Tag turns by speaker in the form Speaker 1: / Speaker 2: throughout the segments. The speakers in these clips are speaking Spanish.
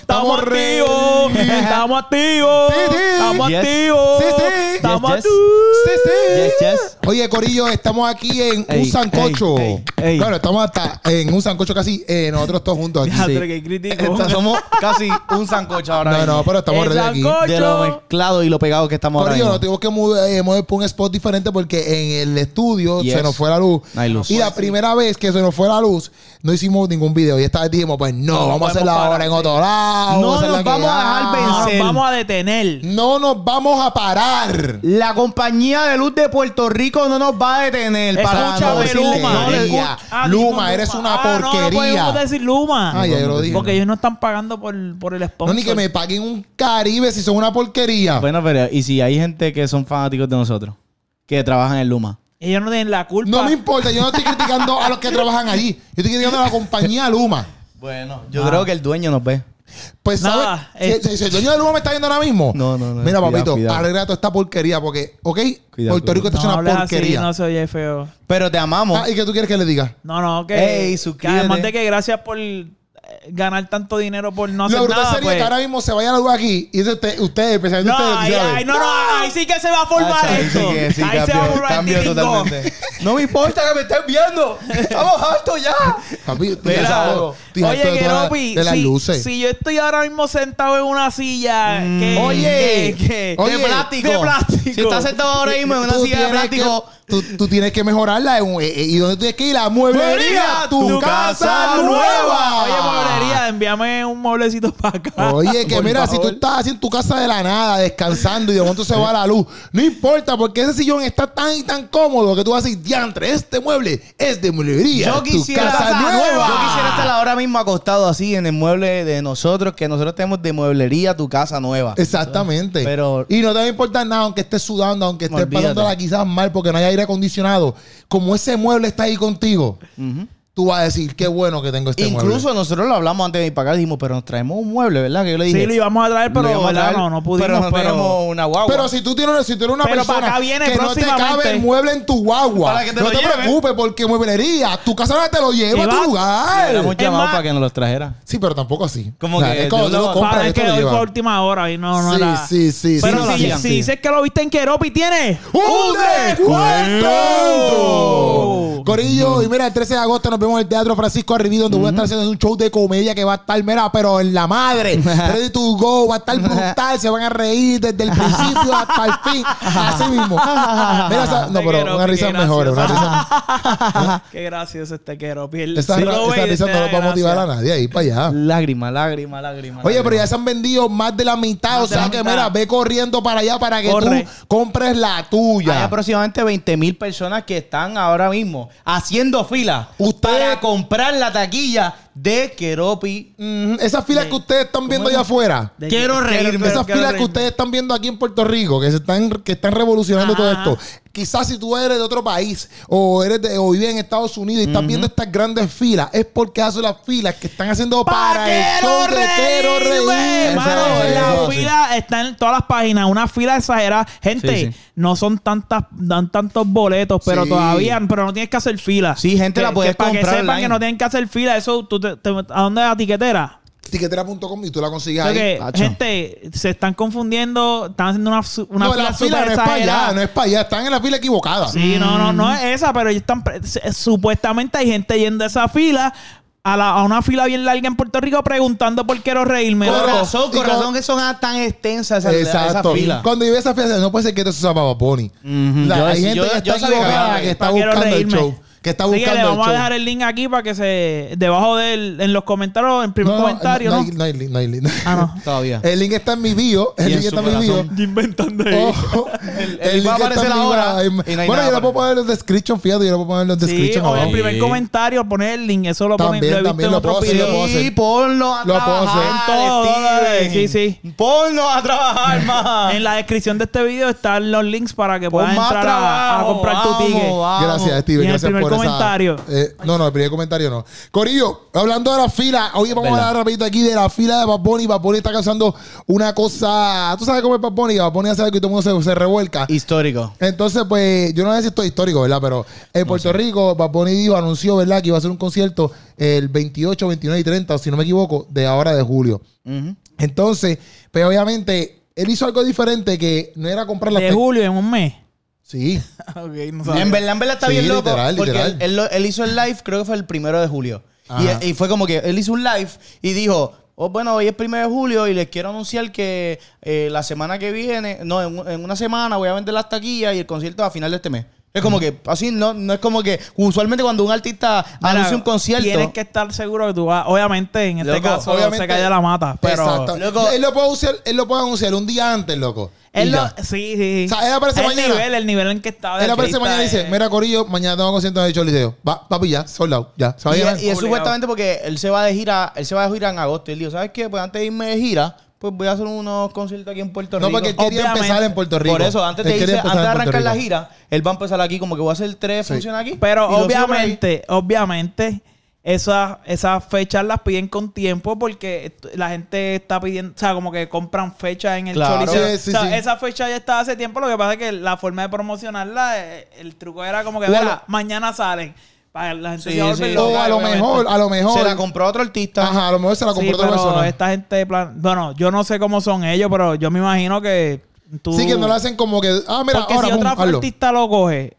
Speaker 1: Estamos activos. Estamos activos.
Speaker 2: Sí, sí.
Speaker 1: Estamos
Speaker 3: Yes.
Speaker 1: activos.
Speaker 2: Sí, sí.
Speaker 1: Estamos
Speaker 3: Yes, yes.
Speaker 1: activos.
Speaker 2: Sí, sí.
Speaker 3: Yes, yes.
Speaker 2: Oye, Corillo, estamos aquí en
Speaker 3: Ey,
Speaker 2: un sancocho.
Speaker 3: ey, ey, ey.
Speaker 2: Claro, estamos hasta en un sancocho casi eh, nosotros todos juntos aquí.
Speaker 1: Ya,
Speaker 3: Sí.
Speaker 1: pero que crítico.
Speaker 3: Entonces, somos casi un sancocho ahora
Speaker 2: No,
Speaker 3: mismo.
Speaker 2: no, pero estamos
Speaker 1: El
Speaker 2: ready aquí.
Speaker 1: sancocho.
Speaker 3: De lo mezclado y lo pegado que estamos ahora
Speaker 2: Corillo,
Speaker 3: mismo.
Speaker 2: nos tuvimos que mudar, eh, mover por un spot diferente porque en el estudio
Speaker 3: Yes.
Speaker 2: se nos fue la luz.
Speaker 3: No hay luz.
Speaker 2: Y la primera vez que se nos fue la luz, no hicimos ningún video. Y esta vez dijimos, pues
Speaker 1: No
Speaker 2: no, vamos a
Speaker 1: podemos
Speaker 2: hacerla
Speaker 1: parar,
Speaker 2: ahora en
Speaker 1: sí.
Speaker 2: otro lado.
Speaker 3: No nos
Speaker 2: hacerla aquí.
Speaker 3: vamos a dejar
Speaker 2: Ah,
Speaker 3: vencer.
Speaker 1: Nos
Speaker 3: Marcel.
Speaker 1: vamos a detener.
Speaker 2: No nos vamos a parar.
Speaker 3: La compañía de luz de Puerto Rico no nos va a detener.
Speaker 1: Escucha,
Speaker 3: no
Speaker 2: Escúchame,
Speaker 3: decirle
Speaker 1: Luma.
Speaker 3: no le-
Speaker 2: Luma.
Speaker 1: Escucha- Ah,
Speaker 2: Luma,
Speaker 1: dijimos
Speaker 2: eres una
Speaker 1: Ah, no, No,
Speaker 2: porquería.
Speaker 1: podemos decir Luma.
Speaker 2: Ah, ya yo lo dije.
Speaker 1: Porque ellos no están pagando por, por el sponsor.
Speaker 2: No, ni que me paguen un Caribe si son una porquería.
Speaker 3: Bueno, pero ¿y si hay gente que son fanáticos de nosotros? Que trabajan en Luma.
Speaker 1: Ellos no tienen la culpa.
Speaker 2: No me importa, yo no estoy criticando a los que trabajan allí. Yo estoy criticando a la compañía Luma.
Speaker 3: Bueno, yo creo que el dueño nos ve.
Speaker 2: Pues, ¿sabes?
Speaker 1: Nada, eh.
Speaker 2: Si, si- si el dueño de Luma me está viendo ahora mismo.
Speaker 3: No, no, no.
Speaker 2: Mira,
Speaker 3: Cuidado,
Speaker 2: papito,
Speaker 3: cuidado.
Speaker 2: arregla toda esta porquería porque, ¿ok?
Speaker 3: Cuidado,
Speaker 2: Puerto Rico está
Speaker 1: No
Speaker 2: hecho una
Speaker 1: hables así,
Speaker 2: porquería.
Speaker 1: no se oye feo.
Speaker 3: Pero te amamos.
Speaker 2: Ah, ¿y qué tú quieres que le diga?
Speaker 1: No, no, que,
Speaker 3: Ey,
Speaker 1: que
Speaker 3: suscríbete.
Speaker 1: además de que gracias por eh, ganar tanto dinero por no hacer
Speaker 2: Lo brutal
Speaker 1: nada,
Speaker 2: sería
Speaker 1: pues.
Speaker 2: que ahora mismo se vaya la luz aquí y ustedes, usted, especialmente
Speaker 1: No,
Speaker 2: ustedes, lo
Speaker 1: ahí,
Speaker 2: quisieran ver.
Speaker 1: ahí, no, no, ahí sí que se va a formar
Speaker 3: Ah, chaval,
Speaker 1: esto.
Speaker 3: sí que sí,
Speaker 1: ahí se va a
Speaker 3: cambio-
Speaker 1: formar
Speaker 3: cambio
Speaker 1: el titingo.
Speaker 3: totalmente. No me importa que me estés viendo. Estamos altos ya.
Speaker 2: Papi, estoy
Speaker 3: Mira,
Speaker 2: harto- estoy harto
Speaker 1: Oye,
Speaker 2: de toda la-
Speaker 1: Keropi,
Speaker 2: de las
Speaker 1: si,
Speaker 2: luces.
Speaker 1: si yo estoy ahora mismo sentado en una silla que,
Speaker 3: Mm. Oye,
Speaker 1: que- que-
Speaker 2: Oye,
Speaker 3: de plástico.
Speaker 1: de plástico.
Speaker 3: Si estás sentado ahora mismo en una
Speaker 2: Eh, Tú
Speaker 3: silla de
Speaker 2: tienes que-
Speaker 3: plástico.
Speaker 2: tú, tú tienes que mejorarla. en un- eh, eh, ¿Y dónde tienes que ir? La mueblería, tu, casa nueva.
Speaker 1: Oye, mueblería, envíame un mueblecito para acá.
Speaker 2: Oye, que
Speaker 1: por
Speaker 2: mira, si tú
Speaker 1: favor.
Speaker 2: estás así en tu casa de la nada, descansando y de momento se va la luz, no importa, porque ese sillón está tan y tan cómodo que tú vas a decir, diantre, este mueble es de mueblería.
Speaker 3: Yo
Speaker 2: tu
Speaker 3: quisiera,
Speaker 2: casa nueva.
Speaker 3: yo quisiera estar ahora mismo acostado así en el mueble de nosotros, que nosotros tenemos de mueblería tu casa nueva.
Speaker 2: Exactamente.
Speaker 3: Pero-
Speaker 2: y no te va a importar nada, aunque estés sudando, aunque estés
Speaker 3: Olvídate.
Speaker 2: pasándola quizás mal porque no hay aire acondicionado. Como ese mueble está ahí contigo, tú vas a decir, qué bueno que tengo este mueble.
Speaker 3: Incluso nosotros lo hablamos antes de ir para acá, dijimos, pero nos traemos un mueble, ¿verdad? Que yo le dije.
Speaker 1: Sí, lo íbamos a traer, pero
Speaker 3: lo íbamos a
Speaker 1: ¿verdad?
Speaker 3: traer,
Speaker 1: no, no pudimos.
Speaker 3: Pero nos traemos una guagua.
Speaker 2: Pero si tú tienes, si tú eres una
Speaker 1: Pero para
Speaker 2: persona
Speaker 1: acá viene
Speaker 2: que no te cabe
Speaker 1: próximamente.
Speaker 2: el mueble en tu guagua,
Speaker 3: Para que te
Speaker 2: no
Speaker 3: lo
Speaker 2: te
Speaker 3: lleven.
Speaker 2: preocupes porque mueblería, tu casa no te lo lleva a
Speaker 1: Lleva-
Speaker 2: tu lugar.
Speaker 3: Hubiéramos llamado
Speaker 1: más-
Speaker 3: para que nos los trajera.
Speaker 2: Sí, pero tampoco así.
Speaker 3: Como que
Speaker 2: es
Speaker 3: de
Speaker 2: como tú lo
Speaker 3: una-
Speaker 2: compras,
Speaker 1: Para
Speaker 2: él
Speaker 1: que
Speaker 2: te lo
Speaker 1: hoy
Speaker 2: lleva.
Speaker 1: fue última hora y no, no
Speaker 2: Sí,
Speaker 1: era.
Speaker 2: sí, sí,
Speaker 1: Pero
Speaker 3: sí,
Speaker 1: si,
Speaker 3: sí,
Speaker 1: si
Speaker 3: sí.
Speaker 1: dices que lo viste en Keropi, tiene
Speaker 2: ¡Un descuento! Corillo, y mira, el 13 de agosto nos vemos en el Teatro Francisco Arribido, donde voy a estar haciendo un show de comedia que va a estar, mira, pero en la madre. Ready to go, va a estar brutal, se van a reír desde el principio hasta el fin. Así mismo. Mira, esa- no, pero una risa mejor, una risa.
Speaker 1: Qué gracioso este Keropi. El-
Speaker 2: Esa,
Speaker 1: si
Speaker 2: esa
Speaker 1: lo eh, veis,
Speaker 2: risa
Speaker 1: te
Speaker 2: no
Speaker 1: da
Speaker 2: nos va a motivar
Speaker 1: gracia.
Speaker 2: a nadie ahí para allá.
Speaker 3: Lágrima, lágrima, lágrima.
Speaker 2: Oye, pero
Speaker 3: lágrima.
Speaker 2: ya se han vendido más de la mitad, o
Speaker 1: Más de
Speaker 2: sea
Speaker 1: la
Speaker 2: que
Speaker 1: mitad.
Speaker 2: mira, ve corriendo para allá para que
Speaker 1: Corre.
Speaker 2: tú compres la
Speaker 3: Hay
Speaker 2: tuya.
Speaker 3: aproximadamente 20 mil personas que están ahora mismo haciendo fila
Speaker 2: Ustedes-
Speaker 3: para comprar la taquilla de Keropi.
Speaker 2: Ujú, Esas filas que ustedes están viendo allá afuera.
Speaker 1: De-
Speaker 3: Quiero reírme.
Speaker 2: Esas
Speaker 1: quiero
Speaker 2: filas que
Speaker 1: reírme.
Speaker 2: ustedes están viendo aquí en Puerto Rico, que se están, que están revolucionando todo
Speaker 1: Ajá.
Speaker 2: esto. Quizás si tú eres de otro país o eres de, o vives en Estados Unidos y estás viendo estas grandes filas, es porque hacen las filas que están haciendo para, el
Speaker 1: quiero
Speaker 2: show de Quiero Reír.
Speaker 1: Mano,
Speaker 2: Eso es,
Speaker 1: la
Speaker 2: eso es.
Speaker 1: fila está en todas las páginas, una fila exagerada. Gente,
Speaker 3: Sí, sí.
Speaker 1: no son tantas, dan tantos boletos, pero
Speaker 2: Sí.
Speaker 1: todavía, pero no tienes que hacer fila.
Speaker 3: Sí, gente, la puedes
Speaker 1: Para que
Speaker 3: comprar
Speaker 1: sepan
Speaker 3: online.
Speaker 1: que no tienen que hacer fila, eso, tú te- te- ¿a dónde es la tiquetera?
Speaker 2: Tiquetera.com y tú la consigues
Speaker 1: O sea
Speaker 2: ahí.
Speaker 1: que,
Speaker 3: tacho.
Speaker 1: gente, se están confundiendo, están haciendo una, su- una
Speaker 2: no,
Speaker 1: fila
Speaker 2: la fila
Speaker 1: súper
Speaker 2: no es para allá,
Speaker 1: exagerada.
Speaker 2: no es Mm. para allá. Están en la fila equivocada.
Speaker 1: Sí, no, no, no es esa, pero ellos están pre- se- supuestamente hay gente yendo a esa fila. A, la- a una fila bien larga en Puerto Rico preguntando por quiero reírme.
Speaker 2: Correcto.
Speaker 1: loco.
Speaker 3: Corazón,
Speaker 2: Y con-
Speaker 3: corazón que son ah, tan extensas esas,
Speaker 2: Exacto.
Speaker 3: esas filas.
Speaker 2: Cuando yo veo esa fila, no puede ser que esto se usaba Bad Bunny. La-
Speaker 3: Yo-
Speaker 2: hay
Speaker 3: si
Speaker 2: gente
Speaker 3: yo-
Speaker 2: que
Speaker 3: yo
Speaker 2: está
Speaker 3: sabía que
Speaker 2: equivocada,
Speaker 3: hablaba
Speaker 2: que
Speaker 3: de-
Speaker 2: está
Speaker 1: Pa' quiero
Speaker 2: buscando el
Speaker 1: reírme.
Speaker 2: show. Que está
Speaker 1: Así que le
Speaker 2: buscando el
Speaker 1: vamos a dejar
Speaker 2: show.
Speaker 1: el link aquí para que se. Debajo del. En los comentarios, en primer comentario, ¿no?
Speaker 2: hay- no hay link, no hay link.
Speaker 1: Ah, no.
Speaker 3: Todavía.
Speaker 2: El link está en mi bio. El
Speaker 3: Y en
Speaker 2: link
Speaker 3: su
Speaker 2: está en mi bio.
Speaker 3: corazón.
Speaker 1: Inventando
Speaker 2: Ojo,
Speaker 3: El- el va a
Speaker 2: link está
Speaker 3: aparecer
Speaker 2: en mi bio.
Speaker 3: ahora
Speaker 2: Ay,
Speaker 3: y no hay
Speaker 2: bueno,
Speaker 3: nada
Speaker 2: yo no puedo
Speaker 3: para-
Speaker 2: poner el description, fíjate, yo no puedo poner el
Speaker 1: Sí,
Speaker 2: description
Speaker 1: o en
Speaker 2: abajo.
Speaker 1: el primer comentario poner el link. Eso lo ponen.
Speaker 2: También,
Speaker 1: Lo he visto
Speaker 2: también
Speaker 1: en
Speaker 2: lo
Speaker 1: otros
Speaker 2: puedo hacer, lo
Speaker 1: videos.
Speaker 2: puedo hacer.
Speaker 3: Sí, ponlo a
Speaker 2: Lo puedo
Speaker 3: trabajar.
Speaker 1: hacer. En todo,
Speaker 3: Steven.
Speaker 1: dale, sí, sí.
Speaker 3: Ponlo a trabajar más.
Speaker 1: En la descripción de este video están los links para que puedas
Speaker 3: Ah. Pon más
Speaker 1: entrar a, a
Speaker 3: trabajo,
Speaker 1: comprar tu
Speaker 3: vamos,
Speaker 1: ticket.
Speaker 3: vamos.
Speaker 2: Gracias,
Speaker 1: Y en
Speaker 2: Steve.
Speaker 1: el
Speaker 2: Gracias
Speaker 1: primer
Speaker 2: por esa-
Speaker 1: comentario.
Speaker 2: eh, no, no, el primer comentario no. Corillo, hablando de la fila, hoy vamos a
Speaker 3: Verdad.
Speaker 2: hablar rapidito aquí de la fila de Bad Bunny. Bad Bunny está causando una cosa. Tú sabes cómo es Bad Bunny. Bad Bunny hace algo y todo el mundo se, se revuelca.
Speaker 3: Histórico.
Speaker 2: Entonces, pues, yo no sé si esto es histórico, ¿verdad? Pero en Puerto Rico, Bad Bunny dijo, anunció, ¿verdad? Que iba a hacer un concierto el 28, 29 y 30, si no me equivoco, de ahora de julio. Entonces, pues obviamente, él hizo algo diferente que no era comprar las
Speaker 1: De
Speaker 2: tec-
Speaker 1: julio, en un mes.
Speaker 2: Sí.
Speaker 1: ok, no sabía.
Speaker 3: En verdad, en verdad está
Speaker 2: Sí,
Speaker 3: bien loco.
Speaker 2: literal,
Speaker 3: porque
Speaker 2: literal.
Speaker 3: Él, él lo- él hizo el live, creo que fue el primero de julio.
Speaker 2: Ajá.
Speaker 3: Y, y fue como que él hizo un live y dijo. Oh, bueno, hoy es primero de julio y les quiero anunciar que eh, la semana que viene, no, en, en una semana voy a vender las taquillas y el concierto a final de este mes. Es como que, así, no, no es como que, usualmente cuando un artista
Speaker 1: Mira,
Speaker 3: anuncia un concierto.
Speaker 1: Tienes que estar seguro que tú vas. Obviamente, en este
Speaker 3: Loco,
Speaker 1: caso,
Speaker 2: obviamente-
Speaker 1: se cayó la mata. Pero.
Speaker 2: Exacto.
Speaker 3: Loco-
Speaker 2: él, lo puede anunciar, él lo puede anunciar un día antes, loco. Y
Speaker 1: Él lo,
Speaker 2: ya.
Speaker 1: sí, sí. sí.
Speaker 2: O sea, él aparece
Speaker 1: el
Speaker 2: mañana.
Speaker 1: nivel, el nivel en que estaba.
Speaker 2: Él aparece mañana y
Speaker 1: eh.
Speaker 2: dice, mira, Corillo, mañana tengo concierto de Choliseo. Va, papi, ya, sold out, ya. Se va a
Speaker 3: Y,
Speaker 2: llenar.
Speaker 3: y es
Speaker 1: Obligado.
Speaker 3: supuestamente porque él se va de gira, él se va de gira en agosto. Y él dijo, ¿sabes qué? Pues antes de irme de gira, pues voy a hacer unos conciertos aquí en Puerto
Speaker 2: No,
Speaker 3: Rico.
Speaker 2: porque él quería
Speaker 1: Obviamente.
Speaker 2: empezar en Puerto Rico.
Speaker 3: Por eso, antes
Speaker 2: Él
Speaker 3: de, irse-
Speaker 2: quería empezar
Speaker 3: antes de
Speaker 2: en Puerto
Speaker 3: arrancar la
Speaker 2: Rico.
Speaker 3: gira, él va a empezar aquí, como que voy a hacer tres funciones aquí.
Speaker 1: Pero
Speaker 3: y lo sigo por ahí.
Speaker 1: obviamente, obviamente, esas esas fechas las piden con tiempo porque est- la gente está pidiendo, o sea, como que compran fechas en el
Speaker 3: Claro.
Speaker 1: Choliseo.
Speaker 2: Sí, sí,
Speaker 1: o sea,
Speaker 2: sí.
Speaker 1: esa fecha ya estaba hace tiempo, lo que pasa es que la forma de promocionarla, eh, el truco era como que,
Speaker 3: Bueno.
Speaker 1: mira, mañana salen. Para la gente
Speaker 3: Sí,
Speaker 1: se va a volver
Speaker 3: sí.
Speaker 1: loca,
Speaker 2: O a lo
Speaker 1: obviamente.
Speaker 2: mejor, a lo mejor.
Speaker 3: se la compró a otro artista.
Speaker 2: Ajá, a lo mejor se la
Speaker 1: Sí,
Speaker 2: compró otra
Speaker 1: pero este
Speaker 2: persona.
Speaker 1: esta gente, de plan, bueno, yo no sé cómo son ellos, pero yo me imagino que tú...
Speaker 2: Sí, que no lo hacen como que. Ah, mira,
Speaker 1: Porque
Speaker 2: ahora
Speaker 1: si
Speaker 2: pum,
Speaker 1: otro
Speaker 2: hazlo.
Speaker 1: artista lo coge,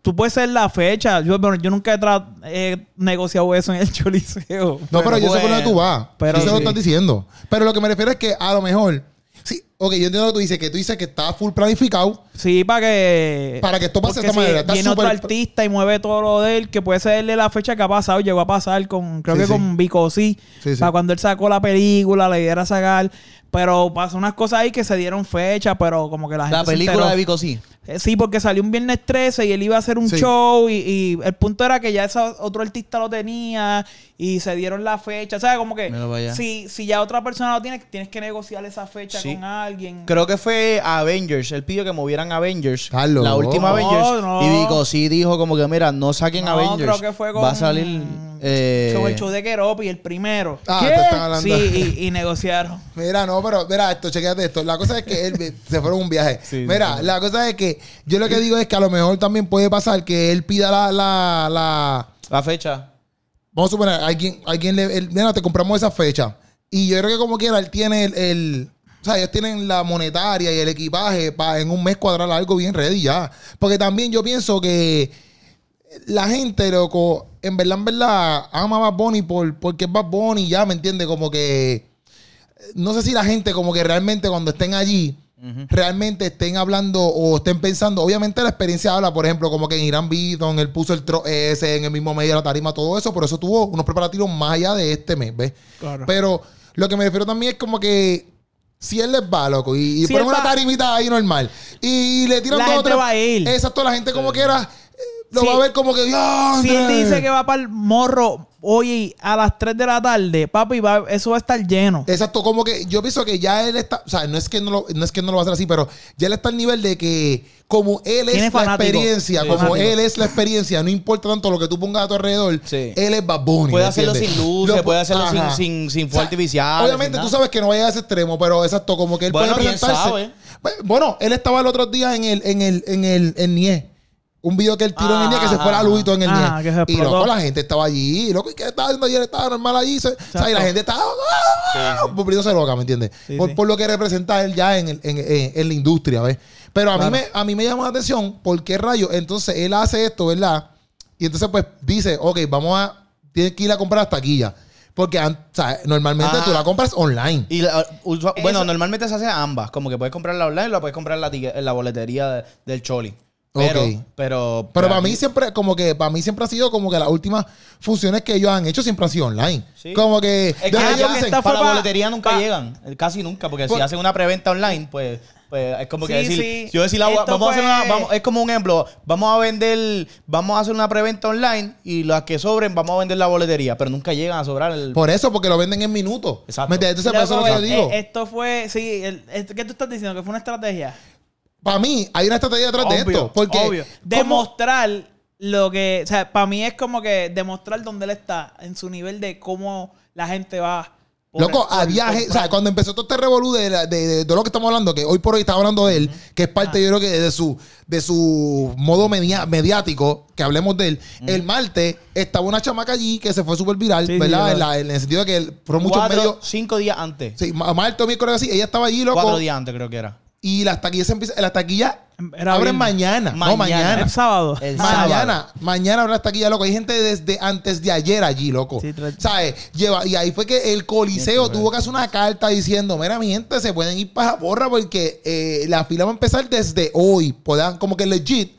Speaker 1: tú puedes ser la fecha. Yo, bueno, yo nunca he tra- he negociado eso en el choliseo.
Speaker 2: No, pero, yo sé por
Speaker 3: bueno,
Speaker 2: dónde tú vas.
Speaker 1: pero
Speaker 2: Pero eso lo
Speaker 1: sí.
Speaker 2: estás diciendo. Pero lo que me refiero es que a lo mejor. Sí, ok, yo entiendo lo que tú dices, que tú dices que está full planificado.
Speaker 1: Sí, para que...
Speaker 2: Para que esto pase
Speaker 1: porque
Speaker 2: de esta manera,
Speaker 1: si
Speaker 2: está
Speaker 1: viene otro
Speaker 2: súper-
Speaker 1: artista y mueve todo lo de él, que puede serle la fecha que ha pasado. Llegó a pasar con, creo
Speaker 2: Sí,
Speaker 1: que
Speaker 2: sí.
Speaker 1: con Vico sí.
Speaker 2: Sí, sí.
Speaker 1: Para cuando él sacó la película, la idea era sacar. Pero pasó unas cosas ahí que se dieron fecha, pero como que la gente
Speaker 3: la
Speaker 1: se
Speaker 3: película
Speaker 1: enteró.
Speaker 3: de Vico sí.
Speaker 1: Eh, Sí, porque salió un viernes 13 y él iba a hacer un
Speaker 2: Sí.
Speaker 1: show y, y el punto era que ya ese otro artista lo tenía y se dieron la fecha. ¿Sabes? Como que
Speaker 3: Mira para allá.
Speaker 1: si, si ya otra persona lo tiene, tienes que negociar esa fecha
Speaker 3: Sí.
Speaker 1: con alguien.
Speaker 3: Creo que fue Avengers. Él pidió que movieran Avengers.
Speaker 2: Carlos.
Speaker 3: La última
Speaker 1: No,
Speaker 3: Avengers.
Speaker 1: no.
Speaker 3: Y Vico sí dijo como que, mira, no saquen
Speaker 1: No,
Speaker 3: Avengers.
Speaker 1: creo que fue con-
Speaker 3: Va a salir... eh,
Speaker 1: Sobre el show de Keropi, el primero.
Speaker 2: Ah,
Speaker 3: ¿Qué?
Speaker 2: te están hablando.
Speaker 1: Sí, y, y negociaron.
Speaker 2: Mira, no, pero mira esto, chequéate esto. La cosa es que él se fueron un viaje.
Speaker 3: Sí,
Speaker 2: mira, la cosa es que yo lo que digo es que a lo mejor también puede pasar que él pida la, la, la,
Speaker 3: La fecha.
Speaker 2: Vamos a suponer, alguien, alguien le. el- Mira, te compramos esa fecha. Y yo creo que como quiera, él tiene el. el- o sea, ellos tienen la monetaria y el equipaje para en un mes cuadrar algo bien ready ya. Porque también yo pienso que la gente, loco, en verdad, en verdad, ama a Bad Bunny por, porque es Bad Bunny ya, ¿me entiendes? Como que. No sé si la gente, como que realmente cuando estén allí, realmente estén hablando o estén pensando. Obviamente la experiencia habla, por ejemplo, como que en Irán Beaton, él puso el tro ese en el mismo medio de la tarima, todo eso, pero eso tuvo unos preparativos más allá de este mes, ¿ves?
Speaker 1: Claro.
Speaker 2: Pero lo que me refiero también es como que. Si él les va, loco, y, y
Speaker 1: Si
Speaker 2: ponen
Speaker 1: él
Speaker 2: una
Speaker 1: va-
Speaker 2: tarimita ahí normal. Y le tiran
Speaker 1: La
Speaker 2: dos o
Speaker 1: gente
Speaker 2: tres-
Speaker 1: va a ir.
Speaker 2: Exacto, la gente como quiera eh, lo
Speaker 1: Sí.
Speaker 2: va a ver como que.
Speaker 1: Si
Speaker 2: "Diantre".
Speaker 1: él dice que va para el morro hoy a las 3 de la tarde, papi, va- eso va a estar lleno.
Speaker 2: Exacto, como que yo pienso que ya él está, o sea, no es que no lo, no es que no lo va a hacer así, pero ya él está al nivel de que como él
Speaker 1: Tiene
Speaker 2: es la
Speaker 1: fanático.
Speaker 2: experiencia,
Speaker 1: Sí,
Speaker 2: como
Speaker 1: fanático.
Speaker 2: él es la experiencia, no importa tanto lo que tú pongas a tu alrededor,
Speaker 3: Sí.
Speaker 2: él es Bad Bunny,
Speaker 3: Puede
Speaker 2: ¿me
Speaker 3: hacerlo
Speaker 2: entiendes?
Speaker 3: sin luces,
Speaker 2: Lo-
Speaker 3: puede hacerlo sin-
Speaker 2: ajá.
Speaker 3: sin- sin fuego artificial,
Speaker 2: Obviamente
Speaker 3: sin
Speaker 2: tú
Speaker 3: nada.
Speaker 2: sabes que no vaya a ese extremo, pero exacto, como que él
Speaker 3: Bueno,
Speaker 2: puede
Speaker 3: quién
Speaker 2: presentarse.
Speaker 3: sabe.
Speaker 2: Bueno, él estaba el otro día en el, en el, en el, en NIE. Un video que él tiró en el NIE que se fue la luz y todo en el
Speaker 1: Ah,
Speaker 2: NIE.
Speaker 1: que se
Speaker 2: y loco,
Speaker 1: explotó.
Speaker 2: la gente estaba allí. Y loco, ¿y qué estaba haciendo ayer? Estaba normal allí. se- o sea, y la gente estaba volviéndose loca, ¿me entiendes?
Speaker 1: Sí,
Speaker 2: por,
Speaker 1: sí.
Speaker 2: por lo que representa él ya en, el- en, en- en la industria, ¿ves? Pero a, mí me, a mí me llama la atención por qué rayo. Entonces él hace esto, ¿verdad? Y entonces pues dice, ok, vamos a... Tienes que ir a comprar las taquillas. Porque an- o sea, normalmente
Speaker 3: Ah.
Speaker 2: tú la compras online.
Speaker 3: Y la- usua-
Speaker 1: Eso-
Speaker 3: bueno, normalmente se hace ambas. Como que puedes comprarla online y la puedes comprar en la, tique- en la boletería de- del Choli. Pero,
Speaker 2: Ok.
Speaker 3: pero,
Speaker 2: Pero para
Speaker 3: aquí-
Speaker 2: mí siempre, como que para mí siempre ha sido como que las últimas funciones que ellos han hecho siempre han sido online.
Speaker 3: Sí.
Speaker 2: Como que,
Speaker 3: Es que
Speaker 2: desde
Speaker 1: ah,
Speaker 2: ellos
Speaker 1: porque
Speaker 2: dicen,
Speaker 1: esta- fue
Speaker 3: para la
Speaker 1: pa-
Speaker 3: boletería nunca
Speaker 1: pa- Pues-
Speaker 3: llegan. eh, Casi nunca. Porque
Speaker 2: Por-
Speaker 3: si hacen una preventa online, pues, pues es como que
Speaker 1: Sí,
Speaker 3: decir.
Speaker 1: sí.
Speaker 3: Yo decir, la-
Speaker 1: Esto
Speaker 3: vamos a hacer
Speaker 1: fue-
Speaker 3: una. vamos- es como un ejemplo. Vamos a vender. Vamos a hacer una preventa online y las que sobren, vamos a vender la boletería. Pero nunca llegan a sobrar el.
Speaker 2: por eso, porque lo venden en minutos.
Speaker 3: Exacto.
Speaker 2: ¿Me entiendes? Entonces, por
Speaker 1: Loco,
Speaker 2: eso es lo que yo digo.
Speaker 1: eh, Esto fue, sí, el- esto- ¿qué tú estás diciendo? Que fue una estrategia.
Speaker 2: para mí, hay una estrategia detrás de
Speaker 1: Obvio,
Speaker 2: esto. Porque
Speaker 1: obvio.
Speaker 2: ¿cómo-
Speaker 1: demostrar lo que, o sea, para mí es como que demostrar dónde él está en su nivel de cómo la gente va
Speaker 2: Loco, había gente, o sea, cuando empezó todo este revolú de, la- de- de- de lo que estamos hablando, que hoy por hoy estamos hablando de él, que es parte,
Speaker 1: Ah.
Speaker 2: yo creo que de su, de su modo media- mediático, que hablemos de él. El martes estaba una chamaca allí que se fue súper viral,
Speaker 1: Sí, sí,
Speaker 2: ¿verdad?
Speaker 1: yo-
Speaker 2: en, la- en el sentido de que él- fueron muchos
Speaker 3: Cuatro,
Speaker 2: medios.
Speaker 3: cinco días antes.
Speaker 2: Sí, ma- martes o miércoles así, ella estaba allí,
Speaker 3: Cuatro
Speaker 2: loco.
Speaker 3: días antes creo que era.
Speaker 2: Y las taquillas se empiezan, las taquillas
Speaker 1: Em, Era
Speaker 2: abren
Speaker 1: bien.
Speaker 2: mañana.
Speaker 3: Mañana.
Speaker 2: No, mañana.
Speaker 1: El sábado.
Speaker 4: El sábado.
Speaker 2: Mañana, mañana habrá hasta aquí ya, loco. Hay gente desde antes de ayer allí, loco.
Speaker 1: Sí, tra-
Speaker 2: ¿Sabes? Lleva, y ahí fue que el Coliseo tuvo que hacer una carta diciendo: Mira, mi gente, se pueden ir para porra porque eh, la fila va a empezar desde hoy. Puedan, como que legit,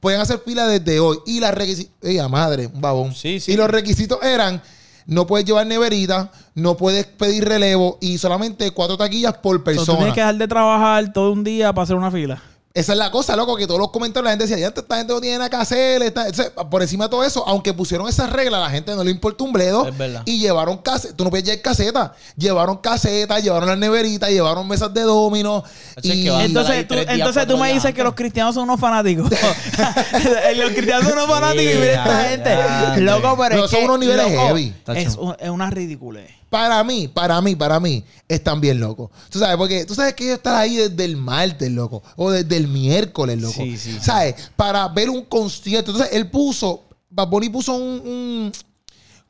Speaker 2: pueden hacer fila desde hoy. Y las requisitos. Ella madre, un babón.
Speaker 3: Sí, sí.
Speaker 2: Y los requisitos eran. No puedes llevar neverita, no puedes pedir relevo y solamente cuatro taquillas por
Speaker 1: So,
Speaker 2: persona.
Speaker 1: tú tienes que dejar de trabajar todo un día para hacer una fila.
Speaker 2: Esa es la cosa, loco, que todos los comentarios la gente decía, ya esta gente no tiene nada que hacer. esta- o sea, por encima de todo eso, aunque pusieron esas reglas, la gente no le importó un bledo.
Speaker 3: Es verdad.
Speaker 2: Y llevaron casetas, tú no puedes llevar casetas. Llevaron casetas, llevaron las neveritas, llevaron mesas de dominos.
Speaker 3: Así es
Speaker 2: Y
Speaker 3: que va. Dándole ahí
Speaker 1: Entonces tú,
Speaker 3: tres días,
Speaker 1: entonces tú
Speaker 3: cuatro
Speaker 1: me
Speaker 3: días
Speaker 1: dices
Speaker 3: antes.
Speaker 1: que los cristianos son unos fanáticos. los cristianos son unos fanáticos y mira esta
Speaker 4: Ya,
Speaker 1: gente.
Speaker 4: grande.
Speaker 1: Loco, pero
Speaker 2: No,
Speaker 1: es
Speaker 2: son
Speaker 1: que,
Speaker 2: unos niveles
Speaker 1: loco,
Speaker 2: heavy.
Speaker 1: Es, un- es una ridiculez.
Speaker 2: para mí, para mí, para mí, están bien locos. Tú sabes, porque tú sabes que ellos están ahí desde el martes, loco, o desde el miércoles, loco.
Speaker 3: Sí, sí, sí.
Speaker 2: ¿Sabes? Para ver un concierto. Entonces, él puso, Bad Bunny puso un, un,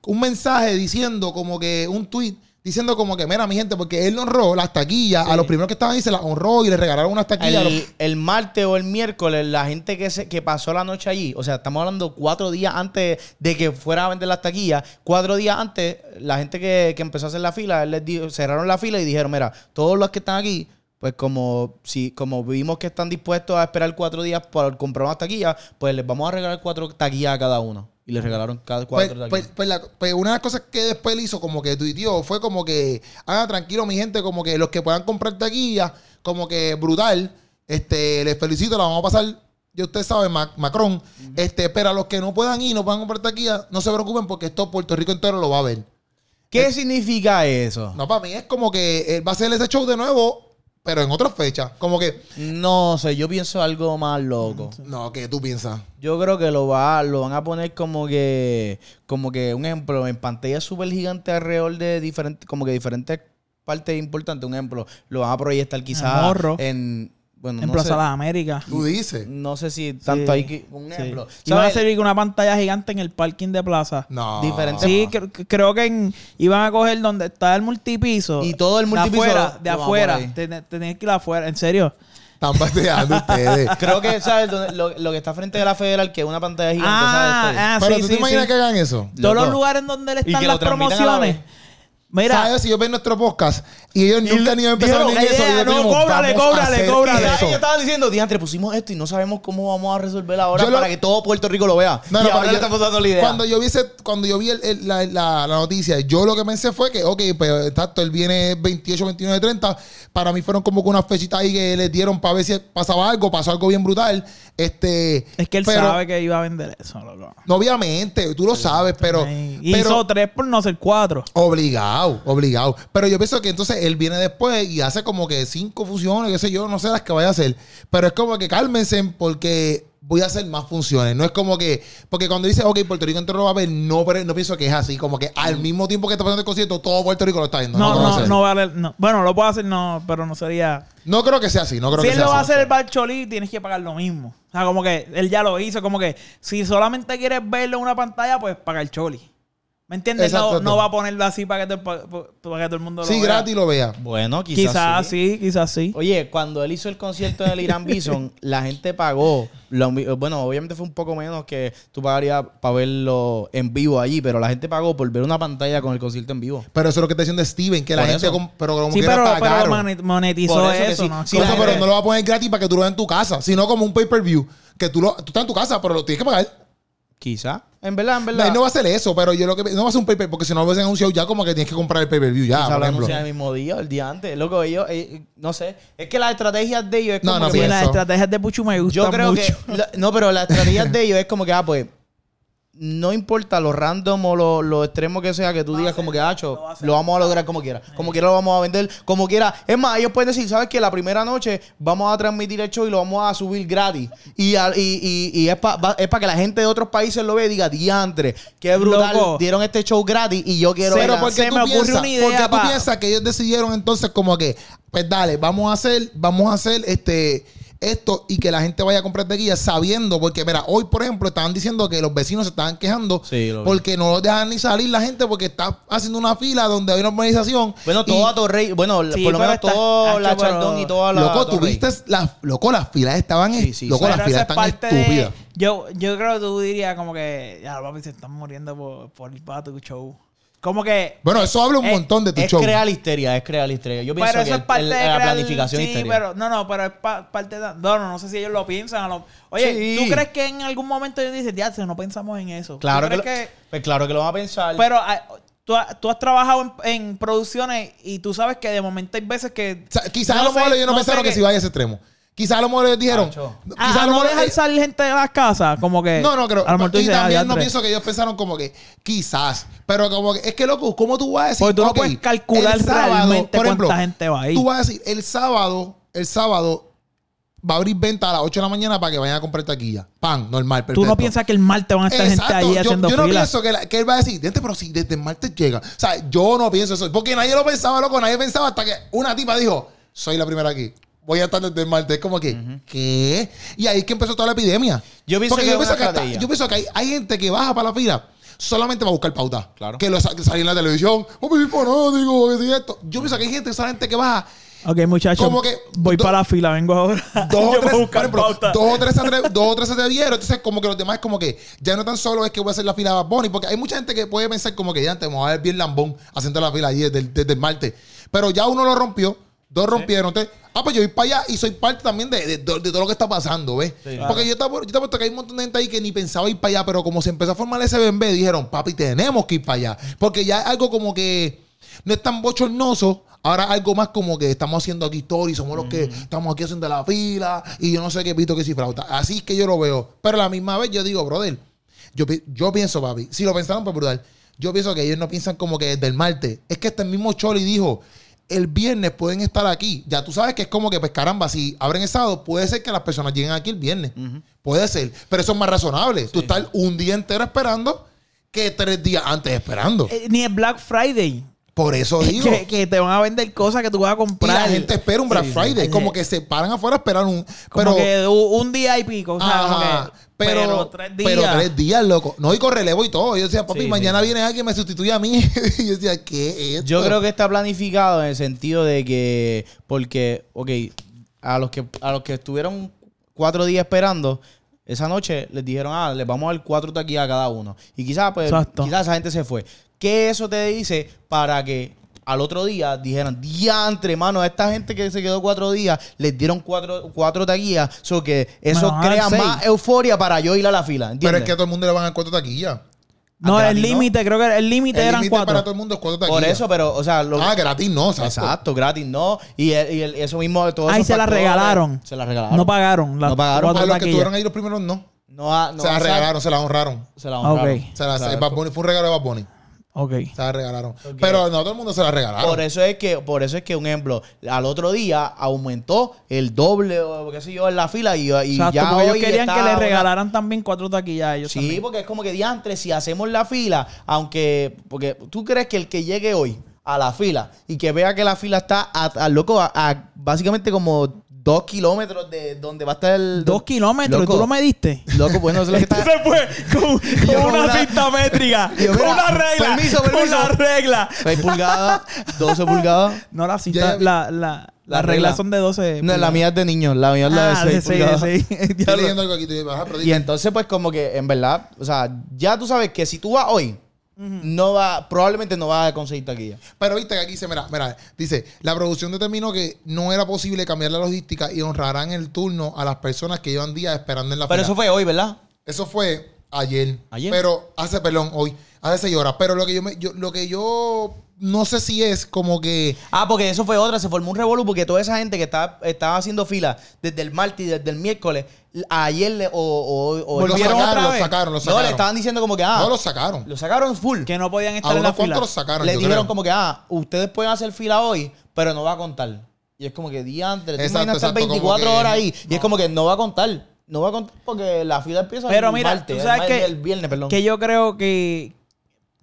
Speaker 2: un mensaje diciendo como que, un tweet. Diciendo como que, mira, mi gente, porque él honró las taquillas. A los primeros que estaban ahí se las honró y le regalaron unas taquillas. a los-
Speaker 3: El, el martes o el miércoles, la gente que, se, que pasó la noche allí, o sea, estamos hablando cuatro días antes de que fuera a vender las taquillas, cuatro días antes, la gente que, que empezó a hacer la fila, él les dijo- cerraron la fila y dijeron, mira, todos los que están aquí, pues como, si, como vimos que están dispuestos a esperar cuatro días para comprar unas taquillas, pues les vamos a regalar cuatro taquillas a cada uno. Y les regalaron cada
Speaker 2: Pues,
Speaker 3: cuatro
Speaker 2: pues-
Speaker 3: taquillas.
Speaker 2: pues la- pues una de las cosas que después él hizo, como que tuiteó, fue como que, ah, tranquilo, mi gente, como que los que puedan comprar taquilla, como que brutal, este, les felicito, la vamos a pasar, ya ustedes saben, Ma- Macron, este, pero a los que no puedan ir, no puedan comprar taquilla, no se preocupen porque esto Puerto Rico entero lo va a ver.
Speaker 3: ¿Qué significa
Speaker 1: Ah.
Speaker 3: eso?
Speaker 2: No, para mí es como que él va a hacer ese show de nuevo, pero en otra fecha. Como que,
Speaker 3: No sé, yo pienso algo más loco.
Speaker 2: no, ¿qué tú piensas?
Speaker 3: Yo creo que lo va, lo van a poner como que, como que un ejemplo, en pantalla súper gigante alrededor de diferentes, como que diferentes partes importantes. Un ejemplo, lo van a proyectar
Speaker 1: En
Speaker 3: quizás
Speaker 1: Morro.
Speaker 3: en, bueno,
Speaker 1: En
Speaker 3: no
Speaker 1: Plaza
Speaker 3: sé,
Speaker 1: Las Américas.
Speaker 2: Tú dices.
Speaker 1: Mm.
Speaker 3: no sé si tanto
Speaker 1: Sí,
Speaker 3: hay que, un
Speaker 1: sí.
Speaker 3: ejemplo.
Speaker 1: Y van a
Speaker 3: ¿Sabes?
Speaker 1: servir una pantalla gigante en el parking de plaza.
Speaker 2: No.
Speaker 3: Diferente-
Speaker 1: Sí, cre- cre- creo que en- iban a coger donde está el multipiso.
Speaker 3: Y todo el multipiso
Speaker 1: De
Speaker 3: lo
Speaker 1: afuera, de
Speaker 3: vamos
Speaker 1: afuera.
Speaker 3: por ahí.
Speaker 1: Ten- Tenías que ir afuera, en serio.
Speaker 2: Están pateando ustedes.
Speaker 1: Ah,
Speaker 3: Creo que, ¿sabes? Donde- lo, lo que está frente de la federal, que es una pantalla gigante, ¿sabes?
Speaker 1: Ah, ah,
Speaker 2: pero
Speaker 1: sí,
Speaker 2: tú
Speaker 1: sí,
Speaker 2: te imaginas
Speaker 1: sí.
Speaker 2: que hagan eso.
Speaker 1: Todos los
Speaker 3: Loco.
Speaker 1: lugares en donde le
Speaker 3: Y
Speaker 1: están
Speaker 3: que lo
Speaker 1: las
Speaker 3: transmitan a la
Speaker 1: promociones.
Speaker 3: vez.
Speaker 1: Mira,
Speaker 2: ¿Sabes? Si yo ven nuestro podcast y ellos nunca ni empezaron
Speaker 1: dijeron,
Speaker 2: ni eso,
Speaker 1: "La idea,
Speaker 2: ellos
Speaker 1: no,
Speaker 2: dijimos,
Speaker 1: cóbrale,
Speaker 2: "Vamos a
Speaker 1: cóbrale,
Speaker 2: hacer
Speaker 1: cóbrale".
Speaker 2: eso".
Speaker 3: Quizás ellos estaban diciendo, diantre, pusimos esto y no sabemos cómo vamos a resolver ahora
Speaker 2: Yo lo-
Speaker 3: para que todo Puerto Rico lo vea. No,
Speaker 2: No, no,
Speaker 3: y
Speaker 2: pero
Speaker 3: ahora
Speaker 2: yo-
Speaker 3: le estamos dando la idea.
Speaker 2: Cuando yo vi, ese- cuando yo vi el- el- la, la- la noticia, yo lo que pensé fue que, ok, pues exacto, él viene 28, 29, 30. Para mí fueron como que unas fechitas ahí que les dieron para ver si pasaba algo, pasó algo bien brutal. Este,
Speaker 1: es que él
Speaker 2: pero-
Speaker 1: sabe que iba a vender eso, loco.
Speaker 2: No, obviamente, tú lo sabes, pero.
Speaker 1: y
Speaker 2: pero-
Speaker 1: hizo tres por no ser cuatro.
Speaker 2: Obligado, obligado. Pero yo pienso que entonces él viene después y hace como que cinco fusiones, qué sé yo, no sé las que vaya a hacer. Pero es como que cálmense porque voy a hacer más funciones. No es como que. Porque cuando dice, ok, Puerto Rico entero lo va a ver, no, pero no pienso que es así. Como que al mismo tiempo que está pasando el concierto, todo Puerto Rico lo está viendo.
Speaker 1: Mm. No,
Speaker 2: creo que
Speaker 1: no,
Speaker 2: sea
Speaker 1: no,
Speaker 2: así.
Speaker 1: vale. no. Bueno, lo puedo hacer, no, pero no sería.
Speaker 2: No creo que sea así, no creo
Speaker 1: si
Speaker 2: que
Speaker 1: él
Speaker 2: sea
Speaker 1: lo va a
Speaker 2: así.
Speaker 1: hacer el Barcholí, tienes que pagar lo mismo. O sea, como que él ya lo hizo, como que si solamente quieres verlo en una pantalla, pues paga el Choli. ¿Me entiendes?
Speaker 2: Exacto,
Speaker 1: No,
Speaker 2: exacto.
Speaker 1: no va a ponerlo así para que, te- pa- pa- para que todo el mundo lo
Speaker 2: Sí,
Speaker 1: vea.
Speaker 2: gratis lo vea.
Speaker 3: Bueno,
Speaker 1: Quizás, sí. quizás sí.
Speaker 3: Oye, cuando él hizo el concierto del Irán Bison, la gente pagó. lo mi- bueno, obviamente fue un poco menos que tú pagarías para verlo en vivo allí, pero la gente pagó por ver una pantalla con el concierto en vivo.
Speaker 2: Pero eso es lo que está diciendo Steven, que la
Speaker 3: Por
Speaker 2: gente.
Speaker 3: eso.
Speaker 2: com- pero como
Speaker 1: Sí,
Speaker 2: quiera
Speaker 1: pero, pero
Speaker 2: pagaron.
Speaker 1: monet- monetizó
Speaker 3: Por eso que
Speaker 1: eso,
Speaker 3: sí.
Speaker 1: ¿no? Es
Speaker 3: Sí,
Speaker 2: Por
Speaker 1: como
Speaker 2: eso,
Speaker 1: que-
Speaker 2: pero no lo va a poner gratis para que tú lo veas en tu casa, sino como un pay-per-view. Que tú, lo, tú estás en tu casa, pero lo tienes que pagar.
Speaker 3: Quizá. En verdad, en
Speaker 2: No,
Speaker 3: verdad.
Speaker 2: él no va a hacer eso, pero yo lo que no va a hacer un pay-per porque si no lo hubiesen anunciado ya, como que tienes que comprar el pay-per-view ya,
Speaker 3: Quizá
Speaker 2: por
Speaker 3: lo
Speaker 2: ejemplo.
Speaker 3: anuncian el mismo día, el día antes. Loco, ellos, eh, no sé. Es que las estrategias de ellos es
Speaker 2: No,
Speaker 3: como que-
Speaker 2: no
Speaker 1: Sí,
Speaker 2: pienso.
Speaker 1: las estrategias de Puchu me gustan
Speaker 3: Yo creo
Speaker 1: mucho.
Speaker 3: que. la- no, pero las estrategias de ellos es como que, ah, pues. no importa lo random o lo, lo extremo que sea que tú digas como que, hacho, lo, vamos a lograr como quiera. Como quiera lo vamos a vender, como quiera. Es más, ellos pueden decir, ¿sabes qué? La primera noche vamos a transmitir el show y lo vamos a subir gratis. Y, al- y, y- y es para es pa que la gente de otros países lo vea y diga, diantre, qué brutal,
Speaker 1: Loco.
Speaker 3: dieron este show gratis y yo quiero
Speaker 1: Cero
Speaker 3: ver a-
Speaker 1: por-
Speaker 2: ¿Por qué
Speaker 1: Se
Speaker 2: tú
Speaker 1: me ocurre
Speaker 2: piensas-
Speaker 1: una idea,
Speaker 2: por qué tú
Speaker 1: pa.
Speaker 2: piensas que ellos decidieron entonces como que, pues dale, vamos a hacer, vamos a hacer este esto y que la gente vaya a comprar tequila sabiendo, porque mira, hoy por ejemplo estaban diciendo que los vecinos se estaban quejando
Speaker 3: Sí, lo vi.
Speaker 2: porque no los dejan ni salir la gente porque está haciendo una fila donde hay una organización.
Speaker 3: Bueno, todo a Torrey, bueno,
Speaker 1: Sí,
Speaker 3: por lo
Speaker 1: pero
Speaker 3: menos
Speaker 1: está-
Speaker 3: todo
Speaker 1: hacho,
Speaker 3: la
Speaker 1: pero-
Speaker 3: Chardón y toda la
Speaker 2: Loco,
Speaker 3: Torrey.
Speaker 2: tuviste las, loco, las filas estaban,
Speaker 3: Sí, sí,
Speaker 2: loco,
Speaker 3: sí.
Speaker 2: las
Speaker 1: Pero esa
Speaker 2: filas
Speaker 1: es
Speaker 2: están
Speaker 1: parte de-
Speaker 2: estúpidas.
Speaker 1: yo, yo creo que tú dirías como que, ya, papi, se están muriendo por, por ir para tu show. Como que...
Speaker 2: Bueno, eso habla un
Speaker 1: Eh,
Speaker 2: montón de tu
Speaker 3: Es
Speaker 2: show.
Speaker 3: crear histeria, es crear histeria. Yo pienso
Speaker 1: Pero
Speaker 3: que
Speaker 1: eso es
Speaker 3: el-
Speaker 1: parte
Speaker 3: el-
Speaker 1: de
Speaker 3: la
Speaker 1: crear-
Speaker 3: planificación
Speaker 1: sí,
Speaker 3: histeria.
Speaker 1: pero no, no, pero es pa- parte de... No, no, no sé si ellos lo piensan. a lo- Oye,
Speaker 3: Sí.
Speaker 1: ¿tú crees que en algún momento ellos dicen, ya, si no pensamos en eso? ¿Tú
Speaker 3: Claro que,
Speaker 1: crees
Speaker 3: lo, pues claro que lo van a pensar.
Speaker 1: Pero ah, tú, ha- tú has trabajado en, en producciones y tú sabes que de momento hay veces que...
Speaker 2: O sea, quizás
Speaker 1: No
Speaker 2: a lo
Speaker 1: sé,
Speaker 2: mejor ellos no,
Speaker 1: no sé
Speaker 2: pensaron que,
Speaker 1: qué-
Speaker 2: se iba a ese extremo. Quizás a lo mejor ellos dijeron.
Speaker 3: Acho.
Speaker 1: Ah,
Speaker 2: Quizás a lo
Speaker 1: no
Speaker 2: mejor.
Speaker 1: dejar
Speaker 2: eh,
Speaker 1: salir gente de las casas, como que...
Speaker 2: No, no creo.
Speaker 1: A lo mejor tú
Speaker 2: y
Speaker 1: dices, ah,
Speaker 2: también no
Speaker 1: diantre.
Speaker 2: pienso que ellos pensaron como que quizás. Pero como que es que loco, ¿cómo tú vas a decir?
Speaker 1: Porque tú no
Speaker 2: ok,
Speaker 1: puedes calcular
Speaker 2: el
Speaker 1: realmente cuánta gente va a ir.
Speaker 2: Tú vas a decir, el sábado, el sábado va a abrir venta a las 8 de la mañana para que vayan a comprar taquilla. Pan, normal, perfecto.
Speaker 1: Tú no piensas que el martes van a estar gente allí
Speaker 2: yo,
Speaker 1: haciendo
Speaker 2: yo no
Speaker 1: fila.
Speaker 2: pienso que, la- que él va a decir, "Dente, pero si desde el martes llega. O sea, yo no pienso eso. Porque nadie lo pensaba, loco. Nadie pensaba hasta que una tipa dijo, soy la primera aquí. Voy a estar desde el martes. Es como que, ¿qué? Y ahí es que empezó toda la epidemia.
Speaker 3: Yo pienso
Speaker 2: Porque
Speaker 3: que
Speaker 2: yo,
Speaker 3: es una
Speaker 2: pienso que hasta-
Speaker 3: estrategia.
Speaker 2: yo pienso que hay, hay gente que baja para la fila solamente para buscar pauta.
Speaker 3: Claro.
Speaker 2: Que lo sa- que salió en la televisión. Oh, mi hijo, no, digo, es esto. Yo pienso que hay gente, esa gente que baja
Speaker 1: Ok, muchachos.
Speaker 2: Como que-
Speaker 1: voy
Speaker 2: do-
Speaker 1: para la fila, vengo ahora.
Speaker 2: dos
Speaker 1: Yo
Speaker 2: o tres,
Speaker 1: voy a buscar
Speaker 2: por ejemplo,
Speaker 1: pauta.
Speaker 2: dos o tres se atre- dos o tres se atrevieron. Entonces, como que los demás, como que ya no tan solo es que voy a hacer la fila a Bad Bunny, porque hay mucha gente que puede pensar como que ya antes vamos a ver bien lambón haciendo la fila allí desde, el- desde el martes. Pero ya uno lo rompió, dos rompieron. Entonces, ah, pues yo voy para allá y soy parte también de, de- de todo lo que está pasando, ¿ves?
Speaker 3: Sí,
Speaker 2: Porque yo te, apu- yo te apuesto que hay un montón de gente ahí que ni pensaba ir para allá, pero como se empezó a formar ese BMB, dijeron, papi, tenemos que ir para allá. Porque ya es algo como que no es tan bochornoso. Ahora algo más como que estamos haciendo aquí stories, somos los que estamos aquí haciendo la fila y yo no sé qué pito que si flauta. Así es que yo lo veo. Pero a la misma vez yo digo, brother, yo, pi- yo pienso, papi, si lo pensaron, pues brutal. Yo pienso que ellos no piensan como que desde el martes. Es que este mismo Choli dijo, el viernes pueden estar aquí. Ya tú sabes que es como que, pues caramba, si abren el sábado, puede ser que las personas lleguen aquí el viernes. Puede ser. Pero eso es más razonable. Tú estar un día entero esperando que tres días antes esperando.
Speaker 1: Eh, ni el Black Friday.
Speaker 2: Por eso digo.
Speaker 1: Que, que te van a vender cosas que tú vas a
Speaker 2: Y
Speaker 1: comprar.
Speaker 2: la gente espera un Black
Speaker 1: Sí, sí.
Speaker 2: Friday.
Speaker 1: Sí.
Speaker 2: Como que se paran afuera a esperar un.
Speaker 1: Como
Speaker 2: Pero.
Speaker 1: que u- un día y pico. o sea, como que-
Speaker 2: Ajá, pero,
Speaker 1: tres días.
Speaker 2: pero tres días, loco. No, y con relevo y todo. Yo decía, papi,
Speaker 3: Sí,
Speaker 2: mañana
Speaker 3: sí.
Speaker 2: viene alguien y me sustituye a mí. y yo decía, ¿qué es esto?
Speaker 3: Yo creo que está planificado en el sentido de que, porque, ok, a los que, a los que estuvieron cuatro días esperando, esa noche les dijeron, ah, les vamos a dar cuatro taquillas a cada uno. Y quizás, pues,
Speaker 1: Exacto.
Speaker 3: quizás esa gente se fue. ¿Qué eso te dice para que al otro día dijeran, diantre, mano, a esta gente que se quedó cuatro días, les dieron cuatro, cuatro taquillas, so que eso
Speaker 1: van a dar
Speaker 3: crea
Speaker 1: seis.
Speaker 3: más euforia para yo ir a la fila,
Speaker 2: Pero
Speaker 3: ¿entiendes?
Speaker 2: es que a todo el mundo le van a cuatro taquillas.
Speaker 1: No,
Speaker 3: gratis,
Speaker 1: el
Speaker 3: ¿no?
Speaker 1: límite, creo que el límite
Speaker 2: Ah, El
Speaker 1: eran
Speaker 2: límite
Speaker 1: cuatro.
Speaker 2: para todo el mundo es cuatro taquillas.
Speaker 3: Por eso, pero, o sea, lo,
Speaker 2: Ah, gratis no, exacto.
Speaker 3: Exacto, gratis, no. Y, el- y el- eso mismo, todo
Speaker 1: Ahí se la regalaron.
Speaker 3: Se la regalaron.
Speaker 1: No pagaron. las
Speaker 3: No pagaron.
Speaker 1: cuatro
Speaker 2: A los que
Speaker 1: taquillas.
Speaker 2: estuvieron ahí los primeros no.
Speaker 3: No, ha- no
Speaker 2: se la
Speaker 3: ha-
Speaker 2: regalaron, se la honraron.
Speaker 3: Se la
Speaker 1: Ah, ok.
Speaker 3: honraron.
Speaker 2: Se la,
Speaker 3: O sea,
Speaker 2: el Bad Bunny- fue un regalo de Bad Bunny.
Speaker 1: Ok.
Speaker 2: Se la regalaron. Pero no todo el mundo se la regalaron.
Speaker 3: Por eso es que, por eso es que, un ejemplo, al otro día aumentó el doble, o qué sé yo, en la fila y, y
Speaker 1: Exacto,
Speaker 3: ya
Speaker 1: porque ellos
Speaker 3: hoy
Speaker 1: querían
Speaker 3: está
Speaker 1: que les
Speaker 3: una-
Speaker 1: regalaran también cuatro taquillas a ellos
Speaker 3: Sí,
Speaker 1: también.
Speaker 3: porque es como que diantre, si hacemos la fila, aunque, porque tú crees que el que llegue hoy a la fila y que vea que la fila está a, a loco, a, a básicamente como dos kilómetros de donde va a estar el...
Speaker 1: Dos kilómetros,
Speaker 3: Loco,
Speaker 1: ¿tú lo mediste?
Speaker 3: Loco, bueno, eso es lo que está...
Speaker 1: Se fue con, con
Speaker 3: yo,
Speaker 1: una
Speaker 3: mira,
Speaker 1: cinta métrica,
Speaker 3: yo,
Speaker 1: con
Speaker 3: mira,
Speaker 1: una regla,
Speaker 3: permiso,
Speaker 1: con
Speaker 3: permiso.
Speaker 1: una regla.
Speaker 3: 6 pulgadas, 12 pulgadas.
Speaker 1: No, la cinta,
Speaker 2: Ya-
Speaker 1: la, la, las reglas son de 12.
Speaker 3: No, la mía es de niños, la mía es la
Speaker 1: Ah,
Speaker 3: de 6 pulgadas.
Speaker 1: de 6.
Speaker 2: Estoy leyendo algo aquí. estoy- ajá, pero
Speaker 3: Y
Speaker 2: dime.
Speaker 3: entonces, pues, como que en verdad, o sea, ya tú sabes que si tú vas hoy, no va, probablemente no vas a conseguir taquilla.
Speaker 2: Pero viste que aquí dice, mira, mira, dice, la producción determinó que no era posible cambiar la logística y honrarán el turno a las personas que llevan días esperando en la
Speaker 3: Pero
Speaker 2: fila.
Speaker 3: eso fue hoy, ¿verdad?
Speaker 2: Eso fue ayer.
Speaker 3: Ayer.
Speaker 2: Pero hace, perdón, hoy. Hace seis horas. Pero lo que yo, me, yo- lo que yo no sé si es como que.
Speaker 3: Ah, porque eso fue otra, se formó un revolú porque toda esa gente que estaba, estaba haciendo fila desde el martes y desde el miércoles, ayer le- o, o, o-
Speaker 2: Lo
Speaker 3: no,
Speaker 1: Volvieron otra
Speaker 2: sacaron, lo
Speaker 1: vez.
Speaker 2: sacaron, lo
Speaker 3: le
Speaker 2: sacaron.
Speaker 3: estaban diciendo como que ah,
Speaker 2: No, lo sacaron.
Speaker 3: lo sacaron full.
Speaker 1: Que no podían
Speaker 2: A
Speaker 1: estar en la
Speaker 2: unos
Speaker 1: fila.
Speaker 2: cuantos lo sacaron.
Speaker 3: Le
Speaker 2: yo
Speaker 3: dijeron
Speaker 2: creo.
Speaker 3: como que ah, ustedes pueden hacer fila hoy, pero no va a contar. Y es como que diantre, tú
Speaker 2: Exacto,
Speaker 3: imaginas estar
Speaker 2: exacto, como
Speaker 3: 24
Speaker 2: que-
Speaker 3: horas ahí y es como que no va a contar. No va a contar porque la fila empieza
Speaker 1: Pero
Speaker 3: el
Speaker 1: mira,
Speaker 3: martes,
Speaker 1: tú sabes
Speaker 3: el,
Speaker 1: que-
Speaker 3: el viernes, perdón.
Speaker 1: Que yo creo que.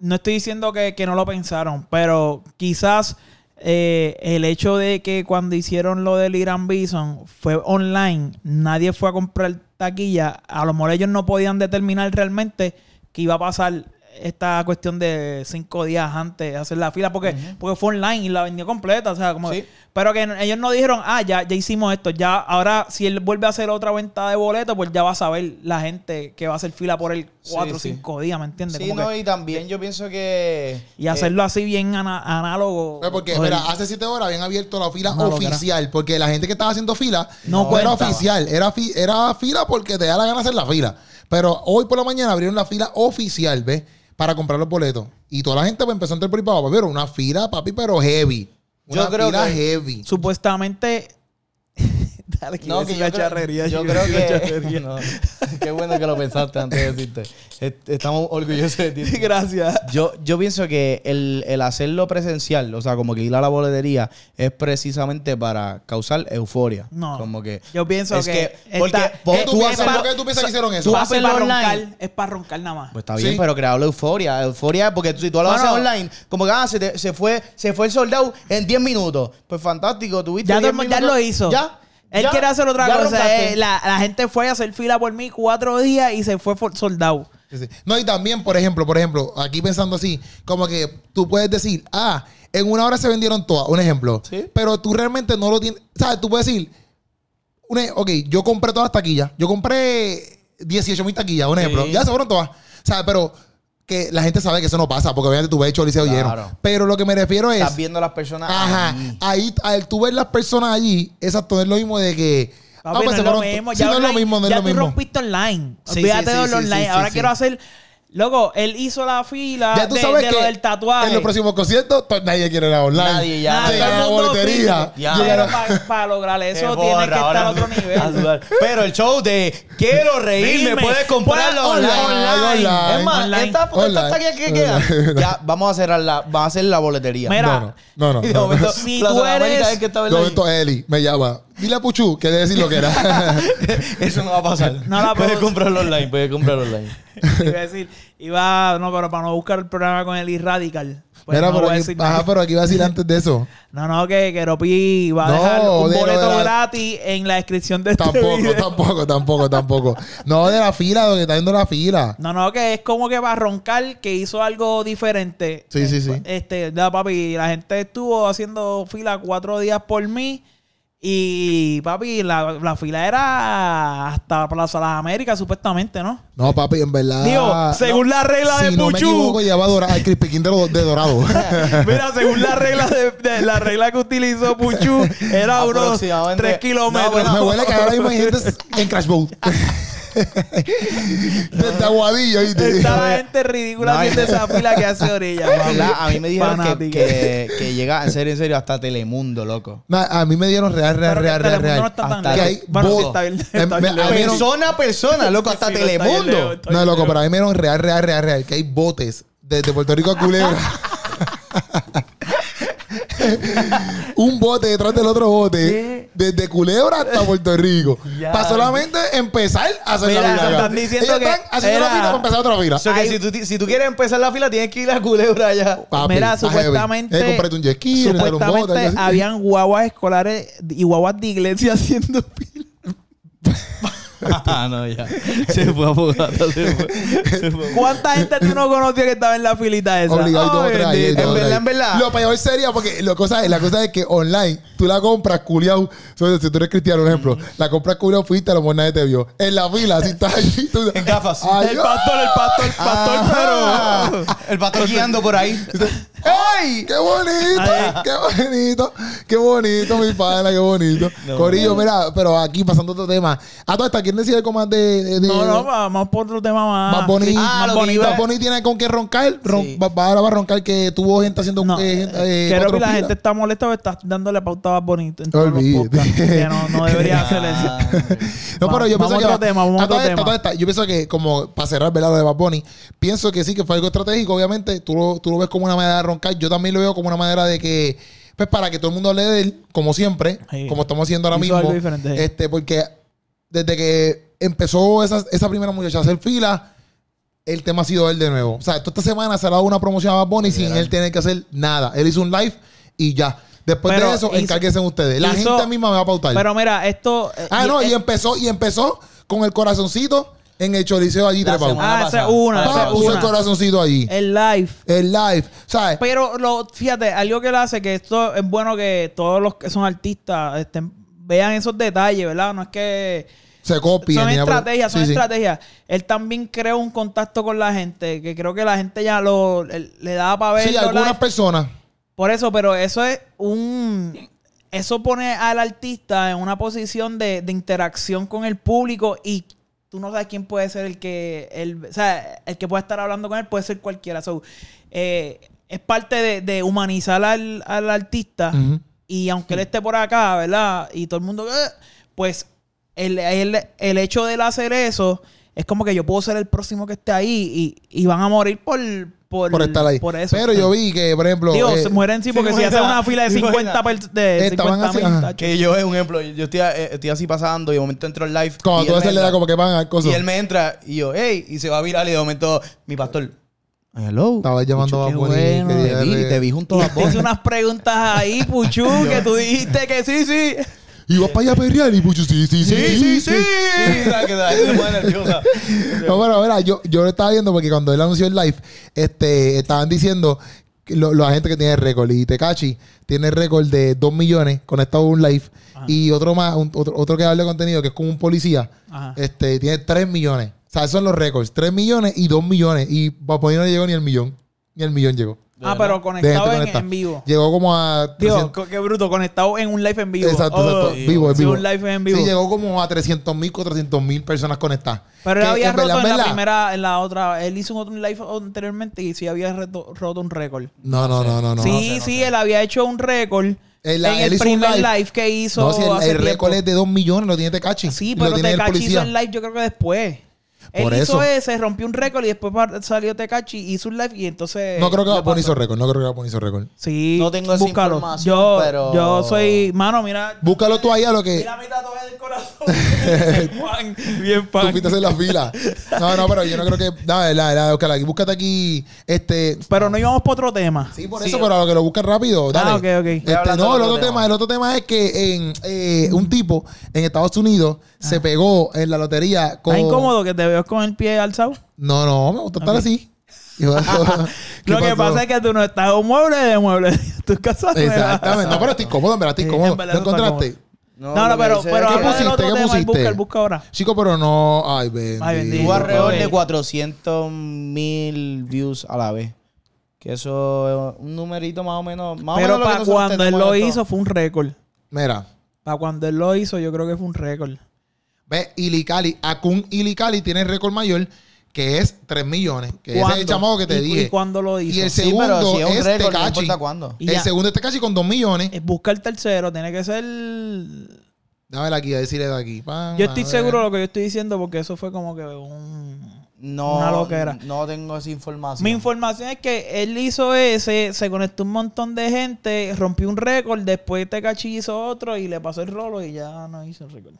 Speaker 1: No estoy diciendo que, que no lo pensaron, pero quizás eh, el hecho de que cuando hicieron lo del Irán Bison fue online, nadie fue a comprar taquilla. A lo mejor ellos no podían determinar realmente que iba a pasar esta cuestión de cinco días antes de hacer la fila, porque, porque fue online y la vendió completa. O sea, como
Speaker 3: Sí.
Speaker 1: Pero que ellos no dijeron, ah, ya, ya hicimos esto, ya ahora si él vuelve a hacer otra venta de boletos, pues ya va a saber la gente que va a hacer fila por él
Speaker 3: Sí,
Speaker 1: cuatro o
Speaker 3: sí.
Speaker 1: cinco días, ¿me entiendes?
Speaker 3: sí,
Speaker 1: Como
Speaker 3: no,
Speaker 1: que-
Speaker 3: y también yo pienso que eh,
Speaker 1: y hacerlo así bien ana- análogo.
Speaker 2: Fue porque,
Speaker 1: o del-
Speaker 2: mira, hace siete horas habían abierto la fila
Speaker 1: Una loquera.
Speaker 2: oficial, porque la gente que estaba haciendo fila
Speaker 1: No
Speaker 2: no, era
Speaker 1: cuenta.
Speaker 2: oficial, era, fi- era fila porque te da la gana hacer la fila. Pero hoy por la mañana abrieron la fila oficial, ¿ves? Para comprar los boletos. Y toda la gente pues, empezó a entrar por ahí para abajo, pero una fila, papi, pero heavy. Una
Speaker 3: Yo creo
Speaker 2: fila
Speaker 3: que-
Speaker 2: heavy.
Speaker 1: supuestamente... Dale,
Speaker 3: No, que
Speaker 1: decir
Speaker 3: yo
Speaker 1: la
Speaker 3: creo,
Speaker 1: charrería,
Speaker 3: yo
Speaker 1: iba a
Speaker 3: creo
Speaker 1: decir la
Speaker 3: que...
Speaker 1: charrería.
Speaker 3: no, qué bueno que lo pensaste antes de decirte. Est- Estamos orgullosos de ti.
Speaker 1: Gracias.
Speaker 3: Yo, yo pienso que el, el hacerlo presencial, o sea, como que ir a la boletería, es precisamente para causar euforia.
Speaker 1: No.
Speaker 3: Como que...
Speaker 1: Yo pienso
Speaker 3: es
Speaker 1: que
Speaker 3: que- porque
Speaker 1: esta-
Speaker 3: vos-
Speaker 1: eh,
Speaker 2: ¿Tú
Speaker 1: es
Speaker 2: haces-
Speaker 1: para-
Speaker 2: ¿Por qué tú piensas que hicieron eso?
Speaker 3: tú
Speaker 1: Ah, pues,
Speaker 3: haces
Speaker 1: para
Speaker 3: online.
Speaker 1: roncar, es para roncar nada más.
Speaker 3: Pues está
Speaker 2: Sí.
Speaker 3: bien, pero crear la euforia. Euforia, porque tú- si tú lo haces
Speaker 1: Mano.
Speaker 3: online, como que ah, se, te- se fue, se fue el soldado en 10 minutos. Pues fantástico, tuviste.
Speaker 1: Ya,
Speaker 3: 10
Speaker 1: todo- ya
Speaker 3: minutos.
Speaker 1: lo hizo.
Speaker 3: Ya.
Speaker 1: Él
Speaker 3: ya,
Speaker 1: quiere hacer otra
Speaker 3: ya
Speaker 1: cosa.
Speaker 3: roncaste.
Speaker 1: Eh, la, la gente fue a hacer fila por mí cuatro días y se fue for- soldado.
Speaker 2: Sí, sí. No, y también, por ejemplo, por ejemplo, aquí pensando así, como que tú puedes decir, ah, en una hora se vendieron todas, un ejemplo.
Speaker 3: Sí.
Speaker 2: Pero tú realmente no lo tienes. ¿Sabes? Tú puedes decir, un e- ok, yo compré todas las taquillas. Yo compré 18 mil taquillas, un ejemplo. Ya se fueron todas. ¿Sabes? Pero que la gente sabe que eso no pasa, porque obviamente tú ves el choliseo
Speaker 3: Claro.
Speaker 2: lleno. Pero lo que me refiero es.
Speaker 3: Estás viendo a las personas.
Speaker 2: Ajá.
Speaker 3: ahí.
Speaker 2: Ahí, al tú ver las personas allí, exacto, es lo mismo de que.
Speaker 1: Papi, no,
Speaker 2: pues se
Speaker 1: es lo
Speaker 2: fueron-
Speaker 1: mismo.
Speaker 2: sí,
Speaker 1: Ya
Speaker 2: no es lo
Speaker 1: online-
Speaker 2: mismo, no es
Speaker 1: ya
Speaker 2: lo
Speaker 1: tú
Speaker 2: mismo.
Speaker 1: rompiste online.
Speaker 3: Sí,
Speaker 1: Olvídate
Speaker 3: sí, sí,
Speaker 1: de lo
Speaker 3: sí,
Speaker 1: online.
Speaker 3: sí,
Speaker 1: Ahora
Speaker 3: sí.
Speaker 1: quiero hacer. Loco, él hizo la fila
Speaker 2: Ya tú
Speaker 1: de,
Speaker 2: sabes
Speaker 1: de
Speaker 2: que
Speaker 1: lo del tatuaje.
Speaker 2: en los próximos conciertos to- nadie quiere ir a online.
Speaker 3: Nadie, ya.
Speaker 1: Nada,
Speaker 2: Llegar
Speaker 1: todo el
Speaker 2: a la
Speaker 1: mundo
Speaker 2: boletería.
Speaker 1: físico.
Speaker 3: Ya.
Speaker 1: Ah, Pero para lograr
Speaker 3: Te
Speaker 1: eso
Speaker 3: borra,
Speaker 1: tiene que estar
Speaker 3: ahora
Speaker 1: a otro
Speaker 3: me- a
Speaker 1: nivel.
Speaker 3: sudar. Pero el show de quiero reírme,
Speaker 1: Dime,
Speaker 3: puedes comprarlo
Speaker 1: puedes-
Speaker 3: online.
Speaker 2: online,
Speaker 3: Es más,
Speaker 1: online,
Speaker 3: esta, esta
Speaker 2: online.
Speaker 3: taquilla que queda.
Speaker 2: Online.
Speaker 3: Ya, vamos a cerrar la, vamos a hacer la boletería.
Speaker 1: Mira,
Speaker 2: No, no, no.
Speaker 3: Y de
Speaker 2: no, no.
Speaker 3: momento,
Speaker 1: Si
Speaker 3: Plaza
Speaker 1: tú
Speaker 3: de América
Speaker 1: eres-
Speaker 3: es que está
Speaker 2: Lo
Speaker 3: velado ahí.
Speaker 2: momento Eli me llama. Dile a Puchu que debe decir lo que era.
Speaker 1: Pues
Speaker 3: Eso no va a pasar.
Speaker 1: No la
Speaker 3: puedes
Speaker 1: puedo-
Speaker 3: comprarlo online, puedes comprarlo online.
Speaker 1: iba a decir, iba, no, pero para no buscar el programa con el Irradical. Pues
Speaker 2: Mira,
Speaker 1: no
Speaker 2: pero
Speaker 1: voy a
Speaker 2: aquí,
Speaker 1: decir nada.
Speaker 2: ajá, pero aquí iba a decir antes de eso.
Speaker 1: No, no, que, que Ropi va a
Speaker 2: No,
Speaker 1: dejar un
Speaker 2: de lo
Speaker 1: boleto
Speaker 2: de la-
Speaker 1: gratis en la descripción de este
Speaker 2: Tampoco,
Speaker 1: video.
Speaker 2: tampoco, tampoco, tampoco. No, de la fila, donde está yendo la fila.
Speaker 1: No, no, que es como que para roncar que hizo algo diferente.
Speaker 2: Sí, sí, sí.
Speaker 1: Este, da papi, la gente estuvo haciendo fila cuatro días por mí. Y papi, la, la fila era hasta Plaza Las Américas, supuestamente, ¿no?
Speaker 2: No, papi, en verdad.
Speaker 1: Digo, según la regla de
Speaker 2: Ah, si no me
Speaker 1: Puchu.
Speaker 2: equivoco, lleva a Dora- al Crispy King de, lo- de dorado.
Speaker 1: Mira, según la regla de, de- la regla que utilizó Puchu,
Speaker 3: Ah,
Speaker 1: era unos
Speaker 3: Aproximadamente-
Speaker 1: tres
Speaker 3: No,
Speaker 1: kilómetros.
Speaker 3: bueno,
Speaker 2: me huele que ahora mismo hay gente en Crash Bowl. Desde Aguadillo. ¿viste?
Speaker 1: Está la gente ridícula
Speaker 3: No,
Speaker 1: haciendo
Speaker 3: yo-
Speaker 1: esa fila que hace orilla. papi.
Speaker 3: ¿Verdad? A mí me dijeron que,
Speaker 1: Fanática.
Speaker 3: que, que llega, en serio, en serio, hasta Telemundo, loco.
Speaker 2: No, a mí me dieron real, real,
Speaker 1: Pero que
Speaker 2: real, real,
Speaker 1: Telemundo
Speaker 2: real.
Speaker 1: no está tan
Speaker 3: Hasta
Speaker 1: lejos.
Speaker 2: que hay
Speaker 1: Bueno, sí,
Speaker 2: voz.
Speaker 1: está bien. Está
Speaker 2: Em,
Speaker 1: bien
Speaker 2: me- a
Speaker 1: lejos.
Speaker 2: mí no-
Speaker 3: Persona a persona, loco, hasta
Speaker 1: Ah, Sí, no, está bien lejos,
Speaker 3: Telemundo.
Speaker 1: está
Speaker 2: No,
Speaker 1: bien
Speaker 2: loco,
Speaker 1: lejos.
Speaker 2: pero a mí me dieron real, real, real, real. Que hay botes desde Puerto Rico a Culebra. Un bote detrás del otro bote. Desde Culebra hasta Puerto Rico.
Speaker 1: Ya.
Speaker 2: Para solamente empezar a hacer
Speaker 1: Mira,
Speaker 2: la fila.
Speaker 1: están diciendo
Speaker 2: Ellos
Speaker 1: que
Speaker 2: están haciendo
Speaker 1: era-
Speaker 2: la fila para empezar otra fila.
Speaker 3: O sea, que si tú, ti- si tú quieres empezar la fila, tienes que ir a Culebra allá.
Speaker 2: Ah, Papi,
Speaker 1: Mira,
Speaker 2: está
Speaker 1: supuestamente-
Speaker 2: heavy. Eh, comprate un jet ski, rentar un bote.
Speaker 1: Supuestamente
Speaker 2: algo así.
Speaker 1: habían guaguas escolares y guaguas de iglesia haciendo fila.
Speaker 3: ah, no, ya. Se fue a Bogotá. Se fue. Se fue.
Speaker 1: ¿Cuánta gente tú no conocías que estaba en la filita esa?
Speaker 2: Obligado y
Speaker 3: Ah,
Speaker 1: Ay,
Speaker 2: todo trae.
Speaker 1: bendito.
Speaker 3: En verdad, en verdad.
Speaker 2: Lo peor sería porque lo cosa, la cosa es que online Tú la compras culiao. So, Si tú eres cristiano, por
Speaker 3: Mm.
Speaker 2: ejemplo, la compras culiao, fuiste, a lo mejor nadie te vio. En la fila, si estás allí, tú...
Speaker 3: En gafas.
Speaker 2: Ay,
Speaker 1: El pastor, el pastor, el pastor,
Speaker 2: Ah.
Speaker 1: pero.
Speaker 3: El pastor guiando por ahí.
Speaker 2: ¡Ay! ¡Qué bonito!
Speaker 1: Ay.
Speaker 2: ¡Qué bonito! ¡Qué bonito, mi pana! ¡Qué bonito!
Speaker 3: No,
Speaker 2: Corillo, mira, pero aquí pasando a otro tema. A toda esta, ¿quién decide algo más de. de- de-
Speaker 1: No, no, vamos por otro tema más.
Speaker 2: Eh, Bad Bunny.
Speaker 3: Ah,
Speaker 2: Bad
Speaker 3: lo que
Speaker 2: Bunny-
Speaker 3: iba-
Speaker 2: Bad Bunny tiene con qué roncar. Ron-
Speaker 3: Sí.
Speaker 2: va- va- ahora va a roncar que tuvo gente haciendo.
Speaker 1: No,
Speaker 2: eh,
Speaker 1: eh,
Speaker 2: gente, eh,
Speaker 1: creo que
Speaker 2: cuatro
Speaker 1: la
Speaker 2: filas.
Speaker 1: gente está molesta porque estás dándole pauta a Bad Bunny en todos los
Speaker 2: Olvídate.
Speaker 1: podcasts, que no, no debería hacer eso.
Speaker 3: Ah,
Speaker 2: No, pero yo
Speaker 1: Vamos
Speaker 2: pienso
Speaker 1: a
Speaker 2: que.
Speaker 1: otro tema, vamos a
Speaker 2: a toda
Speaker 1: otro
Speaker 2: esta, a toda
Speaker 1: tema.
Speaker 2: esta, yo pienso que, como para cerrar, ¿verdad? Lo de Bad Bunny, pienso que sí, que fue algo estratégico. Obviamente, tú lo, tú lo ves como una manera de roncar. Yo también lo veo como una manera de que. Pues para que todo el mundo hable de él, como siempre,
Speaker 1: Sí.
Speaker 2: como estamos haciendo ahora
Speaker 1: Hizo
Speaker 2: mismo.
Speaker 1: algo diferente, sí.
Speaker 2: Este, porque desde que empezó esa, esa primera muchacha a hacer fila, el tema ha sido él de nuevo. O sea, toda esta semana se le ha dado una promoción a Bad Bunny sin él tener que hacer nada. Él hizo un live y ya. Después
Speaker 1: Pero
Speaker 2: de eso,
Speaker 1: hizo-
Speaker 2: encárguense ustedes. La
Speaker 1: hizo-
Speaker 2: gente misma me va a pautar.
Speaker 1: Pero mira, esto. eh,
Speaker 2: Ah, no, y
Speaker 1: eh,
Speaker 2: empezó, y empezó con el corazoncito en el choriceo allí
Speaker 3: La
Speaker 2: trepado.
Speaker 3: semana
Speaker 1: Ah, esa
Speaker 3: pasada.
Speaker 1: es una,
Speaker 2: Pa,
Speaker 1: esa es
Speaker 2: puso el
Speaker 1: una. Eh, pues,
Speaker 2: corazoncito allí.
Speaker 1: el live.
Speaker 2: El live. ¿Sabes?
Speaker 1: Pero lo, fíjate, algo que le hace que esto es bueno que todos los que son artistas estén- vean esos detalles, ¿verdad? No es que.
Speaker 2: Se copia.
Speaker 1: Son
Speaker 2: ni nada,
Speaker 1: estrategias, son
Speaker 2: pero- sí, sí.
Speaker 1: estrategias. Él también creó un contacto con la gente, que creo que la gente ya lo él- le daba para ver.
Speaker 2: Sí, algunas personas.
Speaker 1: Por eso, pero eso es un... Eso pone al artista en una posición de, de interacción con el público y tú no sabes quién puede ser el que... El, o sea, el que pueda estar hablando con él puede ser cualquiera. So, eh, es parte de, de humanizar al, al artista
Speaker 2: Ujú.
Speaker 1: y aunque él esté por acá, ¿verdad? Y todo el mundo... "Eh", pues el, el, el hecho de él hacer eso es como que yo puedo ser el próximo que esté ahí y, y van a morir por... Por,
Speaker 2: Por estar ahí.
Speaker 1: Mm, Por eso.
Speaker 2: Pero yo vi que, por ejemplo.
Speaker 1: Digo,
Speaker 2: eh,
Speaker 1: se mueren sí, porque si
Speaker 3: Imagina,
Speaker 1: hace una fila de
Speaker 3: imagina.
Speaker 1: 50 per- de
Speaker 2: Estaban
Speaker 1: 50
Speaker 2: así,
Speaker 1: mil,
Speaker 2: ajá.
Speaker 1: tacho.
Speaker 3: que yo es un ejemplo. Yo estoy, eh, estoy así pasando y de momento entro al live.
Speaker 2: cuando
Speaker 3: y
Speaker 2: tú
Speaker 3: él
Speaker 2: haces
Speaker 3: me
Speaker 2: le da
Speaker 3: entra.
Speaker 2: como que van a cosas.
Speaker 3: Y él me entra y yo, hey, y se va a virar y de momento, mi pastor, hello.
Speaker 2: Estaba llamando a
Speaker 3: Pucho, qué
Speaker 2: Bad Bunny,
Speaker 3: bueno,
Speaker 2: quería
Speaker 3: te vi,
Speaker 2: ver-
Speaker 3: te vi junto
Speaker 1: Y
Speaker 3: a
Speaker 1: te hice unas preguntas ahí, Puchu, que tú dijiste que sí, sí.
Speaker 2: Y vas para allá a perrear y pucho, sí, sí, sí.
Speaker 3: Que la gente se pone nerviosa.
Speaker 2: No, bueno, mira, yo, yo lo estaba viendo porque cuando él anunció el live, este, estaban diciendo que lo- la gente que tiene récord. Y Tekachi tiene récord de 2 millones conectado a un live. Y otro más, un- otro, otro que habla de contenido, que es como un policía,
Speaker 1: Ajá.
Speaker 2: este, tiene 3 millones. O sea, esos son los récords. 3 millones y 2 millones. Y Paponi no llegó ni el millón. Ni el millón llegó.
Speaker 1: Ah, pero
Speaker 2: De gente
Speaker 1: conectado en,
Speaker 2: conectada.
Speaker 1: en vivo.
Speaker 2: Llegó como a.
Speaker 1: Digo,
Speaker 2: 300.
Speaker 1: co- qué bruto, conectado en un live en vivo.
Speaker 2: Exacto,
Speaker 1: Oh,
Speaker 2: exacto.
Speaker 1: sí,
Speaker 2: Vivo, es
Speaker 1: sí,
Speaker 2: vivo.
Speaker 1: un live en vivo.
Speaker 2: Sí, llegó como a 300 mil, 400 mil personas conectadas.
Speaker 1: pero él
Speaker 2: Que
Speaker 1: había
Speaker 2: en
Speaker 1: roto
Speaker 2: verdad,
Speaker 1: en
Speaker 2: en
Speaker 1: la
Speaker 2: verdad-
Speaker 1: primera, en la otra. Él hizo un live anteriormente y sí había roto, roto un récord.
Speaker 2: No, no, no, no, no.
Speaker 1: sí, sí, él había hecho un récord en
Speaker 2: Él- él
Speaker 1: el
Speaker 2: hizo un
Speaker 1: primer
Speaker 2: live.
Speaker 1: live. que hizo
Speaker 2: No, si el-
Speaker 1: hace
Speaker 2: el, récord
Speaker 1: tiempo.
Speaker 2: es de 2 millones, lo tiene Tecachi.
Speaker 1: Sí,
Speaker 2: lo
Speaker 1: pero
Speaker 2: tiene el
Speaker 1: Tecachi hizo
Speaker 2: policía.
Speaker 1: el live yo creo que después.
Speaker 2: Por
Speaker 1: Él
Speaker 2: eso.
Speaker 1: hizo ese, rompió un récord y después par- salió Tecachi, hizo un live y entonces...
Speaker 2: No creo que
Speaker 1: lo
Speaker 2: Bad Bunny
Speaker 1: pasó.
Speaker 2: hizo récord, no creo que Bad Bunny hizo récord.
Speaker 1: Sí,
Speaker 3: No tengo esa
Speaker 1: búscalo.
Speaker 3: información,
Speaker 1: yo,
Speaker 3: pero-
Speaker 1: Yo soy... Mano, mira...
Speaker 2: Búscalo tú ahí a lo que
Speaker 1: Mira mi tatuaje del corazón. Bien fan, bien
Speaker 2: tú
Speaker 1: fan.
Speaker 2: fuiste a hacer la fila. No, no, pero yo no creo que... No, es la, es la, búscala aquí. Búscate aquí, este...
Speaker 1: Pero no íbamos para otro tema.
Speaker 2: Sí, por
Speaker 3: Sí.
Speaker 2: eso, pero a lo que lo buscas rápido, dale.
Speaker 1: Ah, ok, ok.
Speaker 2: Este,
Speaker 3: Voy hablando
Speaker 2: no, el
Speaker 3: del otro
Speaker 2: otro tema.
Speaker 3: tema.
Speaker 2: el otro tema es que en, eh, un tipo en Estados Unidos se pegó en la lotería con...
Speaker 1: Ah. ¿Está incómodo que te veo con el pie alzado?
Speaker 2: No, no, me gusta estar
Speaker 1: Ok.
Speaker 2: así. Yo- ¿Qué
Speaker 1: Lo que
Speaker 2: pasó?
Speaker 1: pasa es que tú no estás un mueble de mueble. Tú casas nuevas.
Speaker 2: Exactamente. No, pero estoy cómodo, en verdad, estoy
Speaker 1: Sí,
Speaker 2: cómodo.
Speaker 1: en verdad
Speaker 2: ¿Lo
Speaker 1: no está
Speaker 2: encontraste?
Speaker 1: No, no,
Speaker 3: lo que
Speaker 1: pero,
Speaker 3: dice
Speaker 1: pero
Speaker 3: es que
Speaker 1: vamos
Speaker 2: pusiste?
Speaker 1: del otro
Speaker 2: ¿Qué
Speaker 1: tema. Él
Speaker 2: pusiste?
Speaker 1: busca, él busca ahora.
Speaker 2: Chico, pero no. Ay, bendito.
Speaker 1: Ay, bendito.
Speaker 3: tuvo alrededor
Speaker 1: Ok.
Speaker 3: de 400 mil views a la vez. Que eso es un numerito más o menos. Más o menos
Speaker 1: Pero
Speaker 3: lo que
Speaker 1: para
Speaker 3: nosotros
Speaker 1: cuando él
Speaker 3: tenemos
Speaker 1: lo
Speaker 3: en esto.
Speaker 1: hizo fue un récord.
Speaker 2: Mira.
Speaker 1: Para cuando él lo hizo, yo creo que fue un récord.
Speaker 2: Ve, Ilicali. Akun Ilicali tiene el récord mayor, que es 3 millones. Que ese es el
Speaker 1: ¿Cuándo?
Speaker 2: chamaco que te
Speaker 1: ¿Y-
Speaker 2: dije.
Speaker 1: ¿Y cuándo lo hizo?
Speaker 2: Y el
Speaker 3: Sí, pero
Speaker 2: segundo
Speaker 3: si es un
Speaker 2: es
Speaker 3: récord, no
Speaker 2: Tecachi.
Speaker 3: importa cuándo.
Speaker 1: este Y
Speaker 2: el
Speaker 1: ya.
Speaker 2: segundo es Tecachi con 2 millones.
Speaker 1: Eh, Busca el tercero, tiene que ser.
Speaker 2: Dame aquí, a decirle de aquí. Pam,
Speaker 1: Yo estoy
Speaker 2: a ver.
Speaker 1: seguro de lo que yo estoy diciendo porque eso fue como que un.
Speaker 3: No,
Speaker 1: Una loquera.
Speaker 3: no tengo esa información.
Speaker 1: Mi información es que él hizo ese, se conectó un montón de gente, rompió un récord, después Tecachi hizo otro y le pasó el rolo y ya no hizo el récord.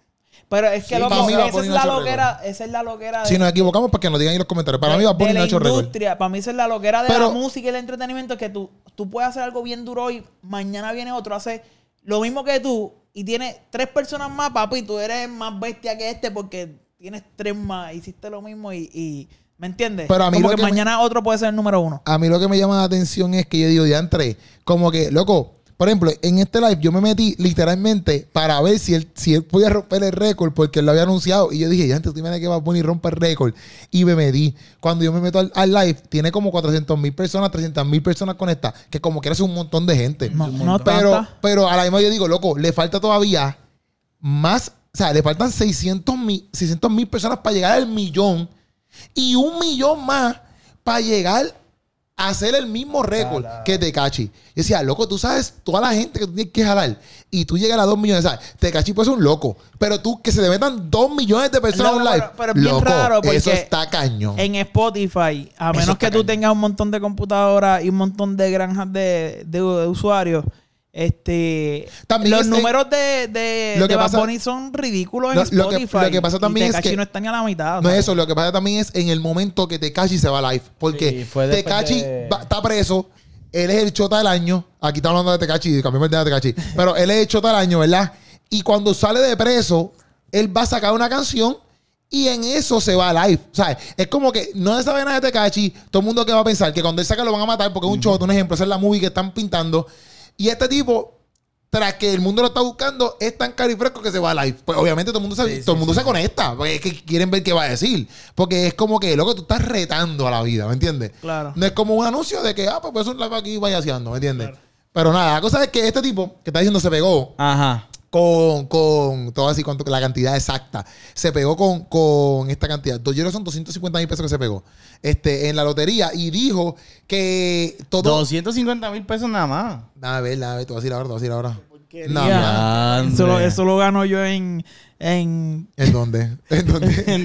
Speaker 1: Pero es que
Speaker 2: Sí,
Speaker 1: loco,
Speaker 2: para mí va a
Speaker 1: esa es
Speaker 2: poner
Speaker 1: la
Speaker 2: ocho
Speaker 1: loquera, esa es la loquera de,
Speaker 2: Si nos equivocamos, para que nos digan en los comentarios. Para mí, va a
Speaker 1: de
Speaker 2: poner
Speaker 1: la
Speaker 2: 8 récord.
Speaker 1: industria. Para mí esa es la loquera de
Speaker 2: Pero-
Speaker 1: la música y el entretenimiento que tú, tú puedes hacer algo bien duro hoy, mañana viene otro, hace lo mismo que tú y tiene tres personas más, papi, tú eres más bestia que este porque tienes tres más, hiciste lo mismo y... y- ¿Me entiendes?
Speaker 2: Pero a mí
Speaker 1: Como
Speaker 2: lo
Speaker 1: que,
Speaker 2: que me- Ah,
Speaker 1: mañana otro puede ser el número uno.
Speaker 2: A mí lo que me llama la atención es que yo digo, diantre, como que, loco, Por ejemplo, en este live yo me metí literalmente para ver si él, si él podía romper el récord porque él lo había anunciado. Y yo dije, ya antes tú que va a poner romper récord. Y me metí. Cuando yo me meto al, al live, tiene como 400 mil personas, 300 mil personas conectadas, que como que es un montón de gente.
Speaker 1: No, no
Speaker 2: pero,
Speaker 1: tanta.
Speaker 2: pero a la misma yo digo, loco, le falta todavía más, o sea, le faltan 600 mil, 600 mil personas para llegar al millón y un millón más para llegar a hacer el mismo récord que Tecachi. Yo decía, loco, tú sabes toda la gente que tú tienes que jalar y tú llegas a dos millones. O sea, Tecachi pues es un loco, pero tú que se te metan dos millones de personas
Speaker 1: Loco,
Speaker 2: online.
Speaker 1: pero- pero es bien
Speaker 2: loco,
Speaker 1: raro
Speaker 2: eso
Speaker 1: porque
Speaker 2: está cañón.
Speaker 1: En Spotify, a
Speaker 2: Eso
Speaker 1: menos
Speaker 2: está
Speaker 1: que tú
Speaker 2: cañón.
Speaker 1: tengas un montón de computadoras y un montón de granjas de, de- de usuarios, este,
Speaker 2: También
Speaker 1: los
Speaker 2: es-
Speaker 1: números de, de,
Speaker 2: lo
Speaker 1: de
Speaker 2: que
Speaker 1: Bad
Speaker 2: pasa-
Speaker 1: Bunny son ridículos
Speaker 2: Lo-
Speaker 1: en
Speaker 2: lo que-
Speaker 1: Spotify.
Speaker 2: lo que pasa
Speaker 1: y
Speaker 2: también es
Speaker 1: Tekashi
Speaker 2: que-
Speaker 1: no está ni a la mitad.
Speaker 2: No es
Speaker 1: ¿sabes?
Speaker 2: eso, lo que pasa también es en el momento que Tecachi se va live. Porque
Speaker 3: Sí, fue después
Speaker 2: Tecachi
Speaker 3: de-
Speaker 2: va- está preso, él es el chota del año. Aquí está hablando de Tecachi, cambiamos el tema de Tecachi. Pero él es el chota del año, ¿verdad? Y cuando sale de preso, él va a sacar una canción y en eso se va live. O sea, es como que no se sabe nada de Tecachi. Todo el mundo que va a pensar que cuando él saca lo van a matar porque es un chota, un ejemplo, esa es la movie que están pintando. Y este tipo tras que el mundo lo está buscando, es tan caro y fresco que se va a live. Pues obviamente todo el mundo se, todo el mundo se conecta, porque es que quieren ver qué va a decir. Porque es como que, loco, tú estás retando a la vida, ¿me entiendes?
Speaker 1: Claro.
Speaker 2: No es como un anuncio de que, ah, pues es un live aquí y vaya haciendo, ¿me entiendes? Pero nada, la cosa es que este tipo que está diciendo se pegó
Speaker 3: Ajá.
Speaker 2: con, con todo así, con la cantidad exacta. Se pegó con, con esta cantidad. Dos euros son 250 mil pesos que se pegó este, en la lotería y dijo que todo.
Speaker 3: 250 mil pesos nada más.
Speaker 2: Nada, a ver, nada, a ver, te voy a decir ahora, te voy a decir ahora.
Speaker 1: Ya.
Speaker 2: Nada, nada.
Speaker 1: Eso, lo, eso lo gano yo en, en
Speaker 2: ¿En dónde? ¿En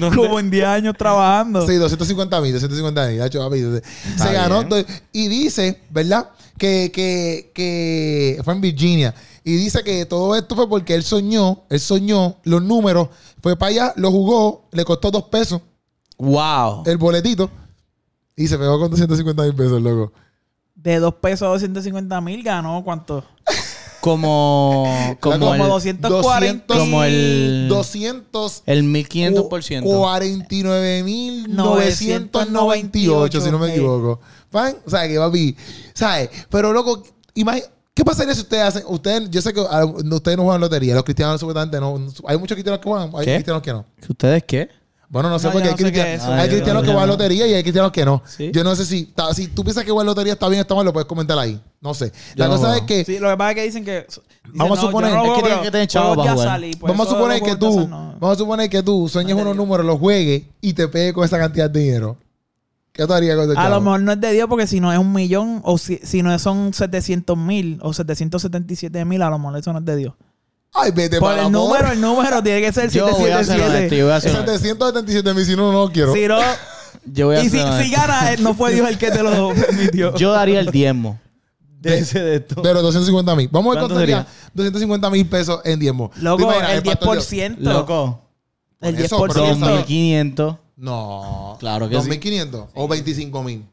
Speaker 2: dónde?
Speaker 1: como en 10 años trabajando.
Speaker 2: Sí, 250 mil, 250 mil. hacho, papi, Se se ganó.
Speaker 3: bien.
Speaker 2: do- Y dice, ¿verdad? Que, que, que fue en Virginia. Y dice que todo esto fue porque él soñó, él soñó los números, fue para allá, lo jugó, le costó dos pesos
Speaker 1: Eh,
Speaker 3: Wow.
Speaker 2: el boletito y se pegó con 250 mil pesos, loco.
Speaker 1: De 2 pesos a 250 mil ganó cuánto?
Speaker 3: Como. Como
Speaker 1: Como
Speaker 3: el,
Speaker 1: 240.
Speaker 3: como el-
Speaker 2: 200...
Speaker 3: el 1500%.
Speaker 2: 49.998, si no me
Speaker 1: Ok.
Speaker 2: equivoco. ¿Van? O sea, que papi, ¿sabes? Pero loco, imagi- ¿qué pasaría si ustedes hacen? Ustedes, yo sé que ah, no, ustedes no juegan lotería, los cristianos supuestamente no. Hay muchos cristianos que juegan, hay
Speaker 3: ¿Qué?
Speaker 2: cristianos que no.
Speaker 3: ¿Ustedes qué?
Speaker 2: Bueno, no sé
Speaker 1: No,
Speaker 2: porque
Speaker 1: yo
Speaker 2: hay,
Speaker 1: no sé
Speaker 2: cristian-
Speaker 1: qué es
Speaker 2: hay
Speaker 1: eso.
Speaker 3: Ah, yo
Speaker 2: cristianos
Speaker 3: no
Speaker 2: que
Speaker 3: sé
Speaker 2: juegan
Speaker 3: nada.
Speaker 2: lotería y hay cristianos que no.
Speaker 3: Sí.
Speaker 2: Yo no sé si, ta- si tú piensas que jugar lotería está bien, está mal, lo puedes comentar ahí. No sé. La
Speaker 3: Yo no
Speaker 2: cosa
Speaker 3: juego.
Speaker 2: es que
Speaker 1: Sí, lo que pasa es que dicen que. dicen,
Speaker 2: Vamos a
Speaker 1: yo
Speaker 2: suponer-
Speaker 1: lo
Speaker 2: es
Speaker 1: hago,
Speaker 3: que tienen
Speaker 1: pero
Speaker 3: que tener chavo
Speaker 1: yo
Speaker 3: para
Speaker 1: ya
Speaker 3: jugar.
Speaker 1: salí, pues
Speaker 2: vamos a
Speaker 1: eso
Speaker 2: suponer
Speaker 1: lo
Speaker 2: que
Speaker 1: puedo
Speaker 2: tú,
Speaker 1: hacer, no.
Speaker 2: vamos a suponer que tú sueñes
Speaker 1: No te
Speaker 2: unos
Speaker 1: digo.
Speaker 2: números, los juegues y te pegues con esa cantidad de dinero. ¿Qué tú harías con ese
Speaker 1: A
Speaker 2: chavo?
Speaker 1: lo mejor no es de Dios porque si no es un millón o si, si no son 700 mil o 777 mil, a lo mejor eso no es de Dios.
Speaker 2: Ay, vete
Speaker 1: Por
Speaker 2: para
Speaker 1: el
Speaker 2: la
Speaker 1: número,
Speaker 2: porra.
Speaker 1: el número tiene que ser
Speaker 3: Yo voy a hacer esto.
Speaker 1: 777.
Speaker 3: Yo voy a hacer honesto.
Speaker 2: 777 mil, si no, no lo quiero.
Speaker 1: Si no,
Speaker 3: Yo voy a
Speaker 1: y si,
Speaker 3: ser honesto.
Speaker 1: si gana, eh, no fue Dios el que te lo permitió.
Speaker 3: Yo daría el diezmo. De ese de esto.
Speaker 2: Pero 250 mil. Vamos a ver
Speaker 3: ¿Cuánto
Speaker 2: cuánto sería 250 mil pesos en diezmo. ¿Te
Speaker 1: Loco,
Speaker 2: imaginas?
Speaker 1: el
Speaker 2: pastor Dios.
Speaker 1: 10%.
Speaker 3: Loco.
Speaker 1: el
Speaker 2: Por eso, pero
Speaker 1: 10%.
Speaker 2: no sabe.
Speaker 3: 2500.
Speaker 2: No.
Speaker 3: Claro que sí.
Speaker 2: 2500 o 25 mil.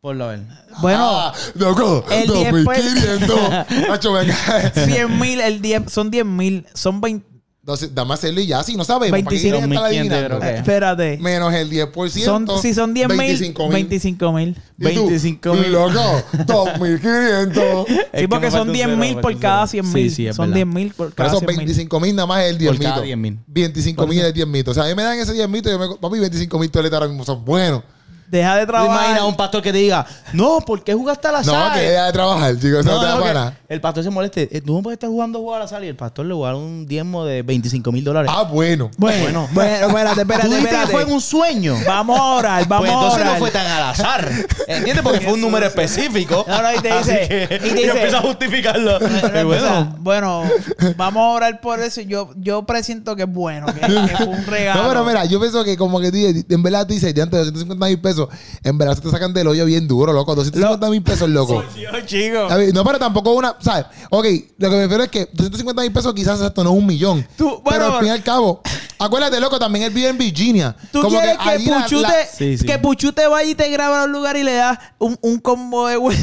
Speaker 3: Por lo menos.
Speaker 1: Bueno,
Speaker 2: Ah, loco,
Speaker 1: El
Speaker 2: 2500. Macho, venga.
Speaker 1: 100 mil, el 10, son 10 mil, son 20.
Speaker 2: Entonces, dame a hacerlo y ya, si no sabemos. ¿para qué
Speaker 1: 25,000,
Speaker 2: quieren estar
Speaker 3: 25,000,
Speaker 2: adivinando?
Speaker 3: creo
Speaker 1: Espérate.
Speaker 2: Menos el 10%.
Speaker 1: Son, si son 10 mil,
Speaker 2: 25,000.
Speaker 1: 25 mil.
Speaker 2: ¿Y tú?
Speaker 3: 25,000.
Speaker 2: Loco, 2500.
Speaker 3: Es que
Speaker 1: Sí, porque
Speaker 3: me falta
Speaker 1: son
Speaker 3: un
Speaker 1: 10 mil
Speaker 3: cero,
Speaker 1: por
Speaker 3: falta un
Speaker 1: cada
Speaker 3: cero.
Speaker 1: 100
Speaker 3: Sí,
Speaker 1: mil.
Speaker 3: sí, es
Speaker 1: son
Speaker 3: verdad.
Speaker 1: 10 mil por
Speaker 2: Por
Speaker 1: cada
Speaker 2: eso
Speaker 1: 100 mil.
Speaker 2: 25 mil nada más es el 10
Speaker 3: Por cada 10.000.
Speaker 2: 25 mil es el 10 mil. O sea, a mí me dan ese 10 mil, yo me papi, 25 mil toletas ahora mismo son buenos.
Speaker 1: Deja de
Speaker 3: ¿Te
Speaker 1: trabajar.
Speaker 3: imaginas un pastor que te diga, no, ¿por qué jugaste a la
Speaker 2: No,
Speaker 3: sal?
Speaker 2: que deja de trabajar, chicos, eso no,
Speaker 3: No,
Speaker 2: te da
Speaker 3: no, que
Speaker 2: pana.
Speaker 3: el pastor se moleste. eh, Tú no puedes estar jugando jugar a la sal y el pastor le va a dar un diezmo de 25 mil dólares.
Speaker 2: Ah, bueno.
Speaker 1: Bueno, bueno, espérate,
Speaker 3: ¿Tú
Speaker 1: espérate,
Speaker 3: dijiste que fue en
Speaker 1: espérate.
Speaker 3: un sueño?
Speaker 1: Vamos a orar, vamos
Speaker 3: pues entonces
Speaker 1: a
Speaker 3: no
Speaker 1: orar.
Speaker 3: fue tan al azar. ¿Entiendes? Porque fue un número específico.
Speaker 1: No, no, y te
Speaker 3: Así
Speaker 1: dice-
Speaker 3: que-
Speaker 1: y te
Speaker 3: y
Speaker 1: dice-
Speaker 3: empieza a justificarlo.
Speaker 1: Bueno,
Speaker 3: Eh,
Speaker 1: empezar.
Speaker 3: bueno,
Speaker 1: bueno, vamos a orar por eso. Yo, yo presiento que es bueno, que, que fue un regalo.
Speaker 2: No, pero mira, yo pienso que como que dice, en verdad tú dices, de antes 250 mil pesos, en verdad se te sacan del hoyo bien duro, loco. 250 mil pesos, loco.
Speaker 1: Yo, chico.
Speaker 2: A ver, No, pero tampoco una, ¿sabes? Ok, lo que me refiero es que 250 mil pesos quizás esto no es un millón.
Speaker 1: Tú- bueno,
Speaker 2: pero al fin y al cabo, acuérdate, loco, también él vive en Virginia.
Speaker 1: Tú
Speaker 2: Como
Speaker 1: quieres que,
Speaker 2: ahí la-
Speaker 1: Puchu
Speaker 2: la-
Speaker 1: te,
Speaker 3: Sí, sí.
Speaker 1: que Puchu te vaya y te graba a un lugar y le das un, un combo de güey.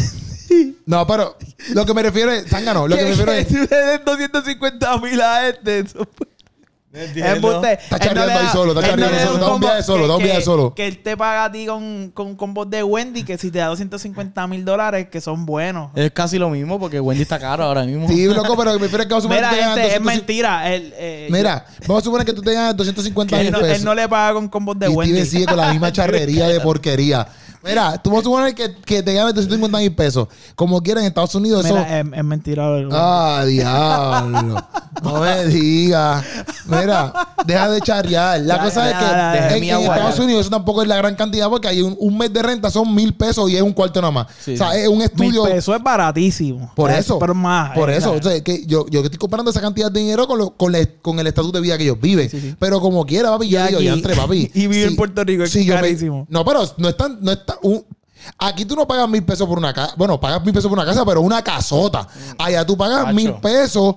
Speaker 2: No, pero lo que me refiero es, zángano, lo que me refiero es...
Speaker 1: tú le des 250 mil a este. eso fue- Es usted.
Speaker 2: Está charreando ahí solo, está charreando
Speaker 1: da
Speaker 2: solo. Da un viaje solo, da un viaje solo.
Speaker 1: Que él te paga a ti con, con combos de Wendy, que si te da 250 mil dólares, que son buenos.
Speaker 3: Es casi lo mismo porque Wendy está caro ahora mismo.
Speaker 2: Sí, loco, pero me refiero que vamos a suponer
Speaker 1: Mira,
Speaker 2: que tengas
Speaker 1: gente, es
Speaker 2: 250
Speaker 1: mentira. Él, eh,
Speaker 2: Mira, vamos a suponer que tú tengas 250
Speaker 1: él
Speaker 2: mil
Speaker 1: no,
Speaker 2: pesos.
Speaker 1: él no le paga con combos de
Speaker 2: pues, y Steven
Speaker 1: Wendy.
Speaker 2: sigue con la misma charrería de porquería. Mira, tú vas a suponer que, que te ganes 250 mil pesos. Como quieran en Estados Unidos, eso.
Speaker 1: Mira, es, es mentira. lo del Wendy.
Speaker 2: Ah, diablo. No me digas. Mira, deja de charrear. La
Speaker 1: Ya,
Speaker 2: cosa
Speaker 1: ya, ya, ya,
Speaker 2: es
Speaker 3: ya.
Speaker 2: que en- en,
Speaker 3: Mía guayaba.
Speaker 2: Estados Unidos eso tampoco es la gran cantidad porque hay un, un mes de renta son mil pesos y es un cuarto nada más.
Speaker 3: Sí.
Speaker 2: O sea, es un
Speaker 1: Mil
Speaker 2: estudio.
Speaker 1: pesos es baratísimo.
Speaker 2: Por
Speaker 1: Ah, Es
Speaker 2: eso.
Speaker 1: Pero más.
Speaker 2: Por
Speaker 1: eh,
Speaker 2: eso.
Speaker 1: la-
Speaker 2: O sea, que yo, yo estoy comparando esa cantidad de dinero con, lo- con, la- con el estatus de vida que ellos viven. Pero como quiera, papi, yo
Speaker 1: Y
Speaker 2: digo,
Speaker 1: aquí-
Speaker 2: ya entre, papi.
Speaker 1: y vivir en Puerto Rico es
Speaker 2: yo me-
Speaker 1: carísimo.
Speaker 2: no, pero no es tan. No es tan- un- aquí tú no pagas mil pesos por una casa. Bueno, pagas mil pesos por una casa, pero una casota. Allá tú pagas
Speaker 3: Tacho.
Speaker 2: mil pesos.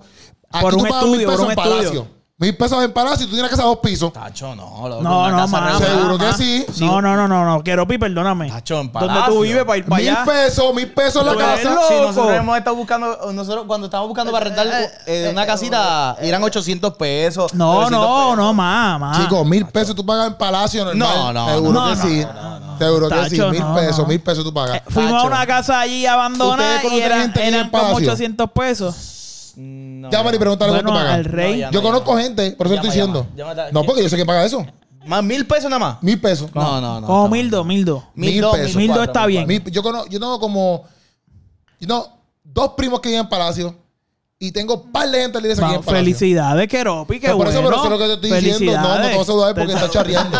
Speaker 2: Aquí
Speaker 1: Mm. Por
Speaker 2: tú
Speaker 1: un
Speaker 2: pagas mil
Speaker 1: estudio, por
Speaker 2: pesos
Speaker 1: un
Speaker 2: en
Speaker 1: estudio.
Speaker 2: Palacio. Mil pesos en Palacio y tú tienes una casa de dos pisos.
Speaker 3: Tacho, no, loco.
Speaker 1: No,
Speaker 3: una
Speaker 1: no,
Speaker 3: casa
Speaker 1: más.
Speaker 3: regular.
Speaker 2: Seguro
Speaker 1: más,
Speaker 2: que sí.
Speaker 1: más.
Speaker 2: Sí.
Speaker 1: No, no, no, no, no. Queropi, perdóname.
Speaker 3: Tacho, en
Speaker 1: Donde tú
Speaker 3: Palacio.
Speaker 1: vives para ir para
Speaker 2: Mil
Speaker 1: allá.
Speaker 2: pesos, mil pesos en la
Speaker 1: Tú eres
Speaker 2: casa.
Speaker 1: loco.
Speaker 3: Sí, nosotros hemos estado buscando, nosotros cuando estábamos buscando para rentar eh, una casita, eran 800 pesos.
Speaker 1: No,
Speaker 3: 900
Speaker 1: no,
Speaker 3: pesos.
Speaker 1: no, más, más.
Speaker 2: Chicos, mil pesos tú pagas en Palacio normal.
Speaker 3: No, no,
Speaker 2: Seguro
Speaker 1: Ah. no, no,
Speaker 2: que sí.
Speaker 1: no,
Speaker 2: Seguro que sí.
Speaker 1: Tacho,
Speaker 2: Mil
Speaker 1: no,
Speaker 2: pesos,
Speaker 1: no.
Speaker 2: mil pesos tú pagas.
Speaker 1: Eh, fuimos
Speaker 3: Tacho.
Speaker 1: a una casa allí
Speaker 2: ¿Ustedes
Speaker 1: abandonada y
Speaker 2: conocen
Speaker 1: eran,
Speaker 2: gente que vive en
Speaker 1: eran como
Speaker 2: Palacio?
Speaker 1: 800 pesos.
Speaker 3: No,
Speaker 2: Llámale y
Speaker 3: no.
Speaker 2: pregúntale
Speaker 1: eh, Bueno,
Speaker 2: cuánto pagan.
Speaker 1: al rey.
Speaker 3: No, ya
Speaker 2: Yo conozco gente, por eso
Speaker 3: Llama,
Speaker 2: estoy diciendo.
Speaker 3: llama, llama,
Speaker 2: no,
Speaker 3: ¿quién?
Speaker 2: porque yo sé que paga eso.
Speaker 3: ¿Más mil pesos nada más?
Speaker 2: Mil pesos.
Speaker 3: No, no, no.
Speaker 1: como
Speaker 3: está
Speaker 1: mil dos, mil dos.
Speaker 3: Mil,
Speaker 2: Mil
Speaker 3: dos,
Speaker 2: pesos.
Speaker 1: Mil dos
Speaker 3: cuatro,
Speaker 1: está bien.
Speaker 2: Mil- yo, conozco, yo tengo como. Yo tengo dos primos que viven en Palacio. Y tengo un par de gente en la iglesia que vive
Speaker 1: Va,
Speaker 2: en Palacio.
Speaker 1: Felicidades, Keropi, qué
Speaker 2: Pero por
Speaker 1: bueno.
Speaker 2: eso, pero eso es lo que te estoy diciendo. No, no te vas a saludar porque estás charreando.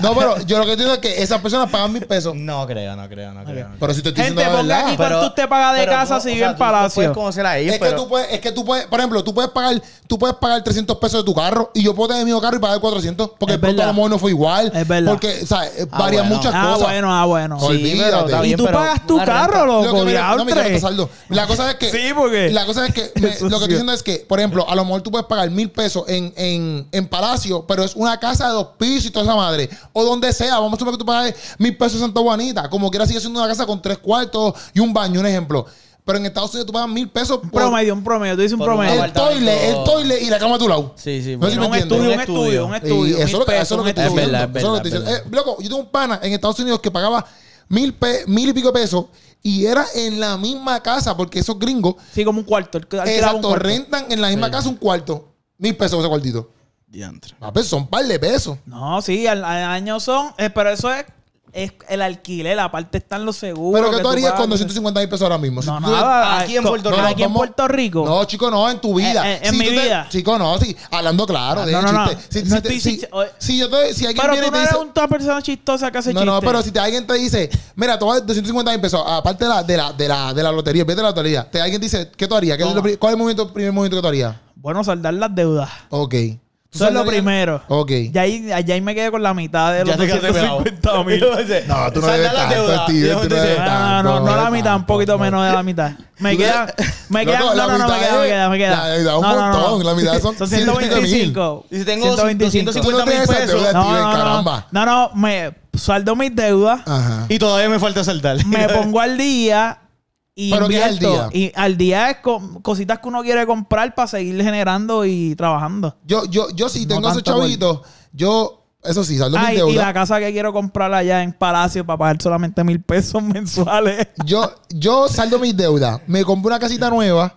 Speaker 2: No, pero yo lo que entiendo es que esas personas pagan mil pesos.
Speaker 3: No creo, no creo, no creo. no creo.
Speaker 2: Pero si te estoy
Speaker 1: Gente,
Speaker 2: diciendo la
Speaker 1: ponga
Speaker 2: verdad.
Speaker 1: aquí cuánto usted paga de casa
Speaker 3: tú,
Speaker 1: si
Speaker 3: o
Speaker 1: vive
Speaker 3: sea,
Speaker 1: en
Speaker 3: tú- tú
Speaker 1: Palacio?
Speaker 3: Puedes conocer a ellos,
Speaker 2: Es que
Speaker 3: pero...
Speaker 2: tú puedes, es que tú puedes, por ejemplo, tú puedes pagar, tú puedes pagar 300 pesos de tu carro y yo puedo tener mi mismo carro y pagar 400 porque
Speaker 1: Es
Speaker 2: el punto a lo
Speaker 1: verdad.
Speaker 2: mejor no fue igual.
Speaker 1: Es verdad.
Speaker 2: Porque, o sea, eh, varían
Speaker 3: bueno.
Speaker 2: muchas
Speaker 1: Ah,
Speaker 2: cosas.
Speaker 1: bueno, ah, bueno.
Speaker 2: Sí,
Speaker 3: pero
Speaker 2: Olvídate.
Speaker 3: está
Speaker 1: Y
Speaker 3: bien,
Speaker 1: tú
Speaker 3: pero
Speaker 1: pagas tu
Speaker 3: una renta.
Speaker 1: carro,
Speaker 2: Lo que
Speaker 1: loco,
Speaker 2: mira, no, mi carro está
Speaker 1: diantre.
Speaker 2: saldo. La cosa es que.
Speaker 1: Sí, porque-
Speaker 2: La cosa es que. me-
Speaker 1: Eso
Speaker 2: lo que estoy
Speaker 1: sí.
Speaker 2: diciendo es que, por ejemplo, a lo mejor tú puedes pagar mil pesos en, en, en Palacio, pero es una casa de dos pisos y toda esa madre. O donde sea. Vamos a suponer que tú pagas mil pesos en Santa Juanita. Como quiera, sigue siendo una casa con tres cuartos y un baño, un ejemplo. Pero en Estados Unidos tú pagas mil pesos por
Speaker 1: Promedio, un promedio, tú dices un
Speaker 3: Por un
Speaker 1: promedio.
Speaker 2: el
Speaker 3: Apartamento.
Speaker 2: toile, el toile y la cama a tu lado.
Speaker 3: Sí, sí,
Speaker 2: No sé si
Speaker 3: bueno.
Speaker 2: me
Speaker 1: Un
Speaker 2: entiendes.
Speaker 1: estudio, un
Speaker 3: Un
Speaker 1: estudio, un
Speaker 3: estudio.
Speaker 1: estudio.
Speaker 2: Y eso es lo
Speaker 1: mil
Speaker 2: que, eso es lo
Speaker 1: pesos,
Speaker 2: que te
Speaker 1: un
Speaker 2: estoy
Speaker 1: estudio.
Speaker 3: verdad,
Speaker 2: diciendo.
Speaker 3: es
Speaker 2: Eso es lo
Speaker 3: verdad,
Speaker 2: que te estoy
Speaker 3: es
Speaker 2: diciendo. Eh, loco, yo tengo un pana en Estados Unidos que pagaba mil, pe- mil y pico de pesos y era en la misma casa porque esos gringos
Speaker 1: Sí, como un cuarto. alquilaba un
Speaker 2: exacto,
Speaker 1: cuarto.
Speaker 2: rentan en la misma casa un cuarto. Mil pesos ese cuartito.
Speaker 3: Diantre.
Speaker 2: Ah, pues son par de pesos.
Speaker 1: No, sí, al, al año son, eh, pero eso es, es el alquiler, aparte están los seguros.
Speaker 2: Pero ¿qué tú harías
Speaker 1: pagas.
Speaker 2: con 250 mil pesos ahora mismo? Si
Speaker 1: No,
Speaker 2: tú-
Speaker 1: nada.
Speaker 3: Aquí en Puerto
Speaker 1: co-
Speaker 3: Rico.
Speaker 1: Aquí en
Speaker 2: vamos-
Speaker 1: Puerto Rico.
Speaker 2: No, chico, no, en tu vida.
Speaker 1: Eh, eh, en mi
Speaker 2: tú te-
Speaker 1: vida.
Speaker 2: Chico, no, sí. Hablando claro.
Speaker 1: Ah,
Speaker 2: de
Speaker 1: no, no, no.
Speaker 2: chiste. Si,
Speaker 1: No
Speaker 2: si te-
Speaker 1: estoy
Speaker 2: si-
Speaker 1: chiche- oye.
Speaker 2: si yo te, si alguien
Speaker 1: pero
Speaker 2: viene y
Speaker 1: tú
Speaker 2: te
Speaker 1: no eres
Speaker 2: dice,
Speaker 1: una persona chistosa que hace
Speaker 2: No,
Speaker 1: chistes.
Speaker 2: no, pero si te, alguien te dice, mira, toma 250 mil pesos, aparte de la, de la, de la, de la lotería, vete de la lotería. Te, alguien dice, ¿qué tú harías? ¿Qué es lo pri- ¿Cuál es el momento, primer momento que tú harías?
Speaker 1: Bueno, saldar las deudas.
Speaker 2: Ok. ¿Tú
Speaker 1: Eso es lo
Speaker 2: saldarías-
Speaker 1: primero.
Speaker 2: Ok.
Speaker 1: Y ahí, allá ahí me quedé con la mitad de los
Speaker 3: te quedaste
Speaker 1: 250
Speaker 3: pegado.
Speaker 1: mil.
Speaker 2: No, tú no
Speaker 3: Salda
Speaker 2: debes
Speaker 3: la
Speaker 2: tanto,
Speaker 3: deuda.
Speaker 2: Steven,
Speaker 3: Y luego
Speaker 2: tú
Speaker 3: tú
Speaker 2: no
Speaker 3: dices,
Speaker 2: debes
Speaker 1: Ah, no, no, no la
Speaker 2: tanto,
Speaker 1: mitad, un poquito
Speaker 2: tanto.
Speaker 1: menos de la mitad. Me
Speaker 2: Tú
Speaker 1: queda,
Speaker 2: debes-
Speaker 1: me
Speaker 2: Loco,
Speaker 1: queda, no,
Speaker 2: la
Speaker 1: no, no, me
Speaker 2: mitad
Speaker 1: queda, me
Speaker 2: es-
Speaker 1: queda, me queda.
Speaker 2: la mitad es un
Speaker 1: No, no, no.
Speaker 2: montón, la mitad son
Speaker 1: 125.
Speaker 3: Y si tengo
Speaker 1: 125.
Speaker 3: 250
Speaker 2: Tú no tienes
Speaker 3: mil
Speaker 2: esa deuda.
Speaker 3: pesos.
Speaker 1: No,
Speaker 2: Steven,
Speaker 1: no, no,
Speaker 2: caramba. Ah.
Speaker 1: No, no, me saldo mis deudas,
Speaker 2: Ajá.
Speaker 3: Y todavía me falta saltar.
Speaker 1: me pongo al día y
Speaker 2: ¿Pero qué es al
Speaker 1: invierto. Y al día es co- cositas que uno quiere comprar para seguir generando y trabajando.
Speaker 2: Yo, yo, yo sí
Speaker 1: No
Speaker 2: tengo esos
Speaker 1: tanto, güey.
Speaker 2: chavitos. Yo, eso sí, saldo mis
Speaker 1: Ay, y la
Speaker 2: deudas.
Speaker 1: casa que quiero comprar allá en Palacio para pagar solamente mil pesos mensuales.
Speaker 2: Yo, yo saldo mis deudas. Me compré una casita nueva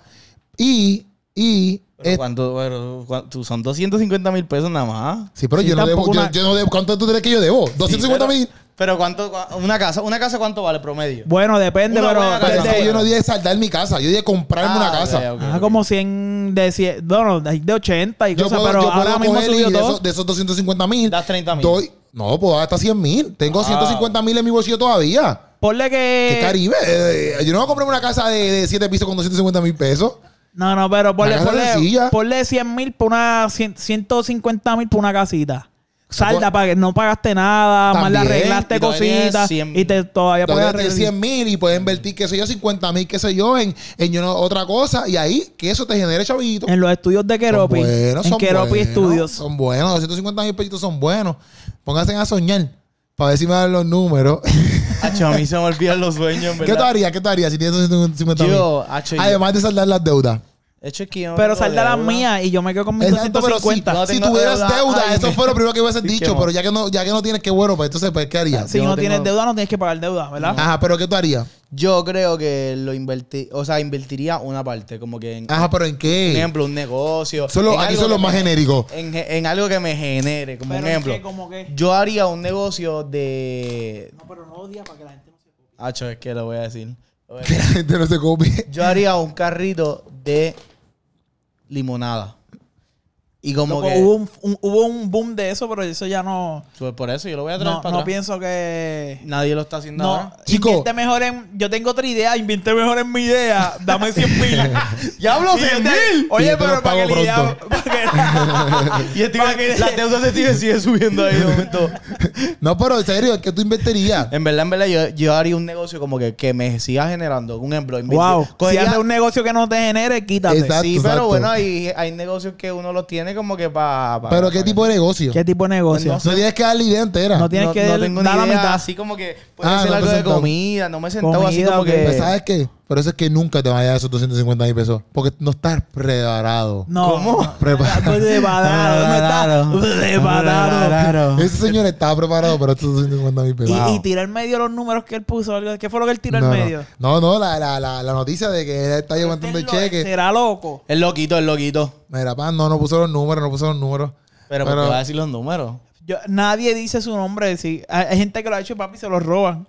Speaker 2: y, y,
Speaker 3: Pero
Speaker 2: este,
Speaker 3: cuánto- pero cuánto- son 250 mil pesos nada más.
Speaker 2: Sí, pero
Speaker 1: Sí,
Speaker 2: yo, no debo,
Speaker 1: tampoco
Speaker 2: yo,
Speaker 1: una-
Speaker 2: yo no debo. ¿Cuánto tú crees que yo debo? 250 mil.
Speaker 3: Pero cuánto, cua- una casa, una casa cuánto vale promedio.
Speaker 1: Bueno, depende,
Speaker 3: Una
Speaker 1: pero.
Speaker 3: buena
Speaker 2: Pero,
Speaker 3: pero-
Speaker 2: es que yo no dije saldar mi casa. Yo dije comprarme
Speaker 3: Ah,
Speaker 2: una casa.
Speaker 3: ok, ok,
Speaker 1: Ah,
Speaker 3: ok.
Speaker 1: como 100 de 100, no, no, hay de 80 y
Speaker 2: Yo
Speaker 1: cosas,
Speaker 2: puedo,
Speaker 1: pero
Speaker 2: yo puedo
Speaker 1: ahora mismo
Speaker 2: coger y
Speaker 1: subió
Speaker 2: de
Speaker 1: todo.
Speaker 2: esos, de esos 250 mil.
Speaker 3: Das 30.000.
Speaker 2: doy- No, puedo dar hasta 100 mil. Tengo
Speaker 3: Ah.
Speaker 2: 150 mil en mi bolsillo todavía.
Speaker 1: Ponle
Speaker 2: ¿Qué
Speaker 1: que.
Speaker 2: Caribe? Eh, eh, yo no voy a comprar una casa de, de 7 pisos con 250 mil pesos.
Speaker 1: No, no, pero ponle,
Speaker 2: casa
Speaker 1: ponle,
Speaker 2: sencilla.
Speaker 1: ponle 100 mil por una. 100 150 mil por una casita. Salda para que no pagaste nada, más le
Speaker 2: Pues, También,
Speaker 1: arreglaste
Speaker 3: y todavía tienes
Speaker 1: cositas
Speaker 3: 100.
Speaker 1: y te todavía puedes
Speaker 2: Entonces, tienes
Speaker 1: arreglar.
Speaker 2: 100 mil y puedes invertir, qué sé yo, 50 mil, qué sé yo, en, en yo no- otra cosa. Y ahí, que eso te genere chavito.
Speaker 1: En los estudios de Keropi. en Keropi Studios.
Speaker 2: Son buenos, 250 mil pesitos son buenos. Pónganse a soñar para ver si me dan los números.
Speaker 3: Acho, a mí se me olvidan los sueños,
Speaker 2: ¿Qué tú
Speaker 3: ¿verdad?
Speaker 2: harías? ¿Qué tú harías si tienes 250 mil?
Speaker 3: Yo, acho, yo-
Speaker 2: Además de saldar las deudas.
Speaker 3: hecho es que yo no
Speaker 1: Pero
Speaker 3: tengo
Speaker 1: saldrá la
Speaker 3: deuda.
Speaker 1: mía y yo me quedo con mis
Speaker 2: Exacto, pero si,
Speaker 1: 250.
Speaker 3: No
Speaker 2: si
Speaker 3: tengo
Speaker 2: tuvieras
Speaker 3: deuda,
Speaker 2: deuda,
Speaker 3: ay,
Speaker 2: eso
Speaker 3: me-
Speaker 2: fue lo primero que hubiesen
Speaker 3: Sí,
Speaker 2: dicho,
Speaker 3: que no.
Speaker 2: pero ya que no, ya que no tienes, qué bueno, pues entonces, pues, ¿qué harías?
Speaker 1: si
Speaker 3: yo
Speaker 1: no
Speaker 3: no tengo-
Speaker 1: tienes deuda, no tienes que pagar deuda, ¿verdad?
Speaker 3: Ah,
Speaker 2: Ajá, pero ¿qué tú harías?
Speaker 3: Yo creo que lo invertí, o sea, invertiría una parte, como que en,
Speaker 2: Ajá, pero ¿en
Speaker 3: por
Speaker 2: qué?
Speaker 3: ejemplo, un negocio.
Speaker 2: Son los-
Speaker 3: en
Speaker 2: Ah, aquí
Speaker 3: algo
Speaker 2: son los
Speaker 3: que
Speaker 2: más
Speaker 3: me-
Speaker 2: genéricos.
Speaker 3: En, en algo que me genere, como
Speaker 1: Pero
Speaker 3: un
Speaker 1: es
Speaker 3: ejemplo.
Speaker 1: que, ¿cómo qué?
Speaker 3: Yo haría un negocio de.
Speaker 1: No, pero no odia para que la gente no se
Speaker 3: Hacho, es que lo voy a decir. Lo voy a
Speaker 2: Que
Speaker 3: decir.
Speaker 2: la gente no se copie.
Speaker 3: Yo haría un carrito de limonada. Y como
Speaker 1: Loco,
Speaker 3: que.
Speaker 1: hubo, un, un- hubo un boom de eso, pero eso ya no.
Speaker 3: Pues por eso yo lo voy a traer
Speaker 1: No,
Speaker 3: para
Speaker 1: no
Speaker 3: atrás.
Speaker 1: pienso que.
Speaker 3: Nadie lo está haciendo
Speaker 1: No,
Speaker 3: ahora.
Speaker 2: Chico.
Speaker 1: invierte mejor en. Yo tengo otra idea, invierte mejor en mi idea. Dame 100 mil.
Speaker 3: ¡Ya hablo
Speaker 1: Y yo
Speaker 3: cien
Speaker 1: te-
Speaker 2: Y yo
Speaker 1: Oye,
Speaker 2: te
Speaker 1: pero
Speaker 2: los
Speaker 1: para que
Speaker 2: pago
Speaker 1: le llame-
Speaker 2: pronto.
Speaker 1: para que-
Speaker 3: Y Steven-
Speaker 1: para que-
Speaker 3: las deudas de Steven siguen subiendo ahí de momento.
Speaker 2: No, pero en serio, ¿qué tú invertirías?
Speaker 3: En verdad, en verdad, yo, yo haría un negocio como que, que me siga generando. Un ejemplo, invirti-
Speaker 1: Wow. Si
Speaker 3: cogería-
Speaker 1: haces un negocio que no te genere, quítate.
Speaker 2: Exacto.
Speaker 3: Sí, pero
Speaker 2: exacto.
Speaker 3: bueno, hay, hay negocios que uno los tiene como que para.
Speaker 2: ¿Pero qué tipo de negocio?
Speaker 1: ¿Qué tipo de negocio?
Speaker 2: No tienes que dar la idea entera.
Speaker 1: No tienes
Speaker 3: no,
Speaker 1: que
Speaker 3: no
Speaker 1: dar-
Speaker 3: tengo
Speaker 1: dar
Speaker 3: ni
Speaker 1: la
Speaker 3: idea,
Speaker 1: mitad.
Speaker 3: así como que puede
Speaker 2: Ah,
Speaker 3: ser
Speaker 2: no
Speaker 3: algo
Speaker 2: te
Speaker 3: de
Speaker 2: sentado.
Speaker 3: comida, no me he sentado así
Speaker 1: Comida,
Speaker 3: como que...
Speaker 2: Pues, ¿Sabes qué? Por eso es que nunca te vas a dar esos 250 mil pesos. Porque no estás preparado.
Speaker 1: No.
Speaker 3: ¿Cómo?
Speaker 1: No, pues,
Speaker 2: Preparado.
Speaker 1: Estoy preparado. no está preparado.
Speaker 2: Ese señor estaba preparado para estos 250 mil pesos.
Speaker 1: Y, y tira al medio los números que él puso. algo- ¿Qué fue lo que él tiró
Speaker 2: no,
Speaker 1: al
Speaker 2: no.
Speaker 1: medio?
Speaker 2: No, no, la, la, la, la noticia de que él está llevando
Speaker 1: Él
Speaker 2: el
Speaker 1: lo-
Speaker 2: cheque.
Speaker 1: Será loco.
Speaker 3: Es loquito, es loquito.
Speaker 2: Mira, pan, no, no puso los números, no puso los números.
Speaker 3: Pero, ¿por qué va a decir los números?
Speaker 1: Yo- nadie dice su nombre. sí. Hay, hay gente que lo ha hecho, papi, y se lo roban.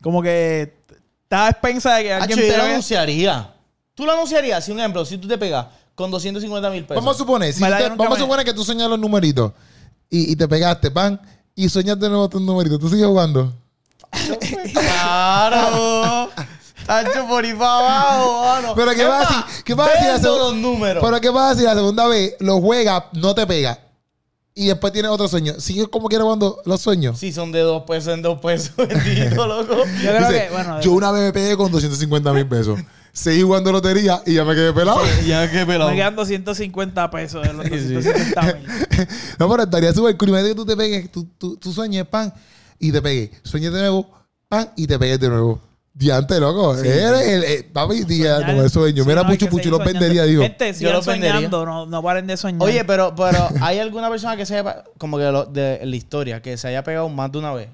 Speaker 1: Como que está a expensa de que
Speaker 3: Hacho,
Speaker 1: alguien
Speaker 3: Ah, yo
Speaker 1: te
Speaker 3: lo
Speaker 1: lo
Speaker 3: anunciaría. Tú lo anunciarías, si un ejemplo, si tú te pegas con 250 mil pesos.
Speaker 2: Vamos a suponer, si
Speaker 1: Pues Me la
Speaker 2: usted-
Speaker 1: dieron
Speaker 2: vamos a
Speaker 1: que me-
Speaker 2: suponer que tú soñas los numeritos y, y te pegaste, pan, y soñaste de nuevo tus numeritos. ¿Tú sigues jugando?
Speaker 3: Claro. Hacho, por ahí para abajo, mano.
Speaker 2: Pero ¿qué
Speaker 3: Es
Speaker 2: vas a
Speaker 3: más,
Speaker 2: decir? ¿Qué vas a decir? la
Speaker 3: vendo
Speaker 2: seg-
Speaker 3: los números.
Speaker 2: Pero ¿qué vas a decir? La segunda vez lo juegas, no te pega. Y después tienes otro sueño. Sigues como quieras jugando los sueños.
Speaker 3: Si son de dos pesos en dos pesos, bendito, loco.
Speaker 1: Yo creo
Speaker 2: Dice,
Speaker 1: que, bueno,
Speaker 2: yo una vez me pegué con 250 mil pesos. Seguí jugando lotería y ya me quedé pelado.
Speaker 3: ya que pelado.
Speaker 1: me quedan 250 pesos de los
Speaker 3: Sí, sí.
Speaker 1: 250 mil.
Speaker 2: no, pero estaría súper cool. Imagínate que tú te pegues, tú, tú, tú sueñes, pan, y te pegues. Sueñes de nuevo, pan, y te pegues de nuevo. Diante, loco. Eres el, el- papi, diga,
Speaker 1: Soñar.
Speaker 2: no es Ah, sueño.
Speaker 1: Sí,
Speaker 2: Mira,
Speaker 1: no, hay
Speaker 2: Puchu
Speaker 1: que
Speaker 2: Puchu
Speaker 1: seguir
Speaker 2: los
Speaker 1: soñando.
Speaker 2: vendería, digo.
Speaker 1: Gente, sigan
Speaker 3: los vendería.
Speaker 1: soñando, no, no paren de soñar.
Speaker 3: Oye, pero, pero ¿hay alguna persona que se haya, como que lo- de la historia, que se haya pegado más de una vez?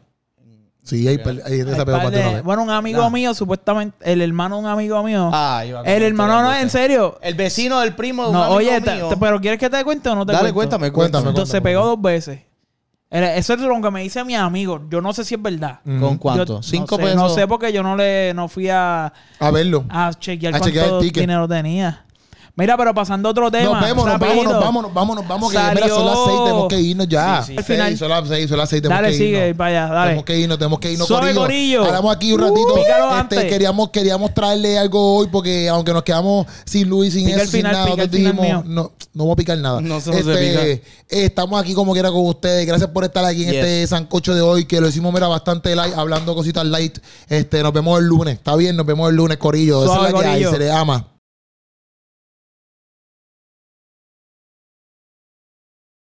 Speaker 2: Sí, hay, par- hay gente que se
Speaker 1: Hay
Speaker 2: ha pegado
Speaker 1: par
Speaker 2: más de
Speaker 1: de-
Speaker 2: una vez.
Speaker 1: Bueno, un amigo
Speaker 3: Nah.
Speaker 1: mío, supuestamente, el hermano de un amigo mío.
Speaker 3: Ah, iba a
Speaker 1: el
Speaker 3: contar
Speaker 1: hermano,
Speaker 3: otra
Speaker 1: no,
Speaker 3: cosa.
Speaker 1: en serio.
Speaker 3: El vecino del primo de un
Speaker 1: No,
Speaker 3: amigo
Speaker 1: oye, te-
Speaker 3: mío.
Speaker 1: te- pero ¿quieres que te cuente o no te
Speaker 3: Dale,
Speaker 1: cuento?
Speaker 3: cuéntame,
Speaker 2: Cuéntame,
Speaker 3: cuéntame.
Speaker 1: Entonces se
Speaker 2: cuéntame.
Speaker 1: pegó dos veces. Era- Eso es lo que me dice mi amigo. Yo no sé si es verdad.
Speaker 2: Mm,
Speaker 3: ¿Con
Speaker 1: Yo-
Speaker 3: cuánto?
Speaker 1: no
Speaker 3: ¿Cinco
Speaker 1: sé,
Speaker 3: pesos?
Speaker 1: No sé porque yo no le no fui a,
Speaker 2: A verlo.
Speaker 1: a chequear
Speaker 2: A
Speaker 1: cuánto
Speaker 2: chequear el ticket.
Speaker 1: dinero tenía. Mira, pero pasando a otro tema.
Speaker 2: Nos vemos, nos
Speaker 1: rapidito.
Speaker 2: vamos, nos vamos, nos vamos, nos vamos. Que
Speaker 1: Salió.
Speaker 2: mira, son las seis, tenemos que irnos ya.
Speaker 3: Sí, sí.
Speaker 1: Al final.
Speaker 2: Seis, son las seis, son las seis, tenemos
Speaker 1: Dale,
Speaker 2: que
Speaker 1: sigue,
Speaker 2: irnos.
Speaker 1: para allá, dale.
Speaker 2: Tenemos que irnos, tenemos que irnos,
Speaker 1: Suave, corillo.
Speaker 2: Hablamos aquí un
Speaker 1: Uh,
Speaker 2: ratito.
Speaker 1: pícalo
Speaker 2: Este,
Speaker 1: antes.
Speaker 2: queríamos, queríamos traerle algo hoy porque aunque nos quedamos sin Luis, sin
Speaker 1: Pica el
Speaker 2: eso, sin
Speaker 1: final,
Speaker 2: nada,
Speaker 1: pica el
Speaker 2: nosotros
Speaker 1: final
Speaker 2: dijimos,
Speaker 1: mío.
Speaker 2: no, no vamos a picar nada.
Speaker 3: No se- no se
Speaker 2: Este, Estamos aquí como quiera con ustedes. Gracias por estar aquí en
Speaker 3: Yes.
Speaker 2: este sancocho de hoy que lo hicimos, mira, bastante light, hablando cositas light. Este, nos vemos el lunes, está bien, nos vemos el lunes, corillo. Esa
Speaker 1: Suave,
Speaker 2: es la que hay,
Speaker 1: corillo.
Speaker 2: se le ama.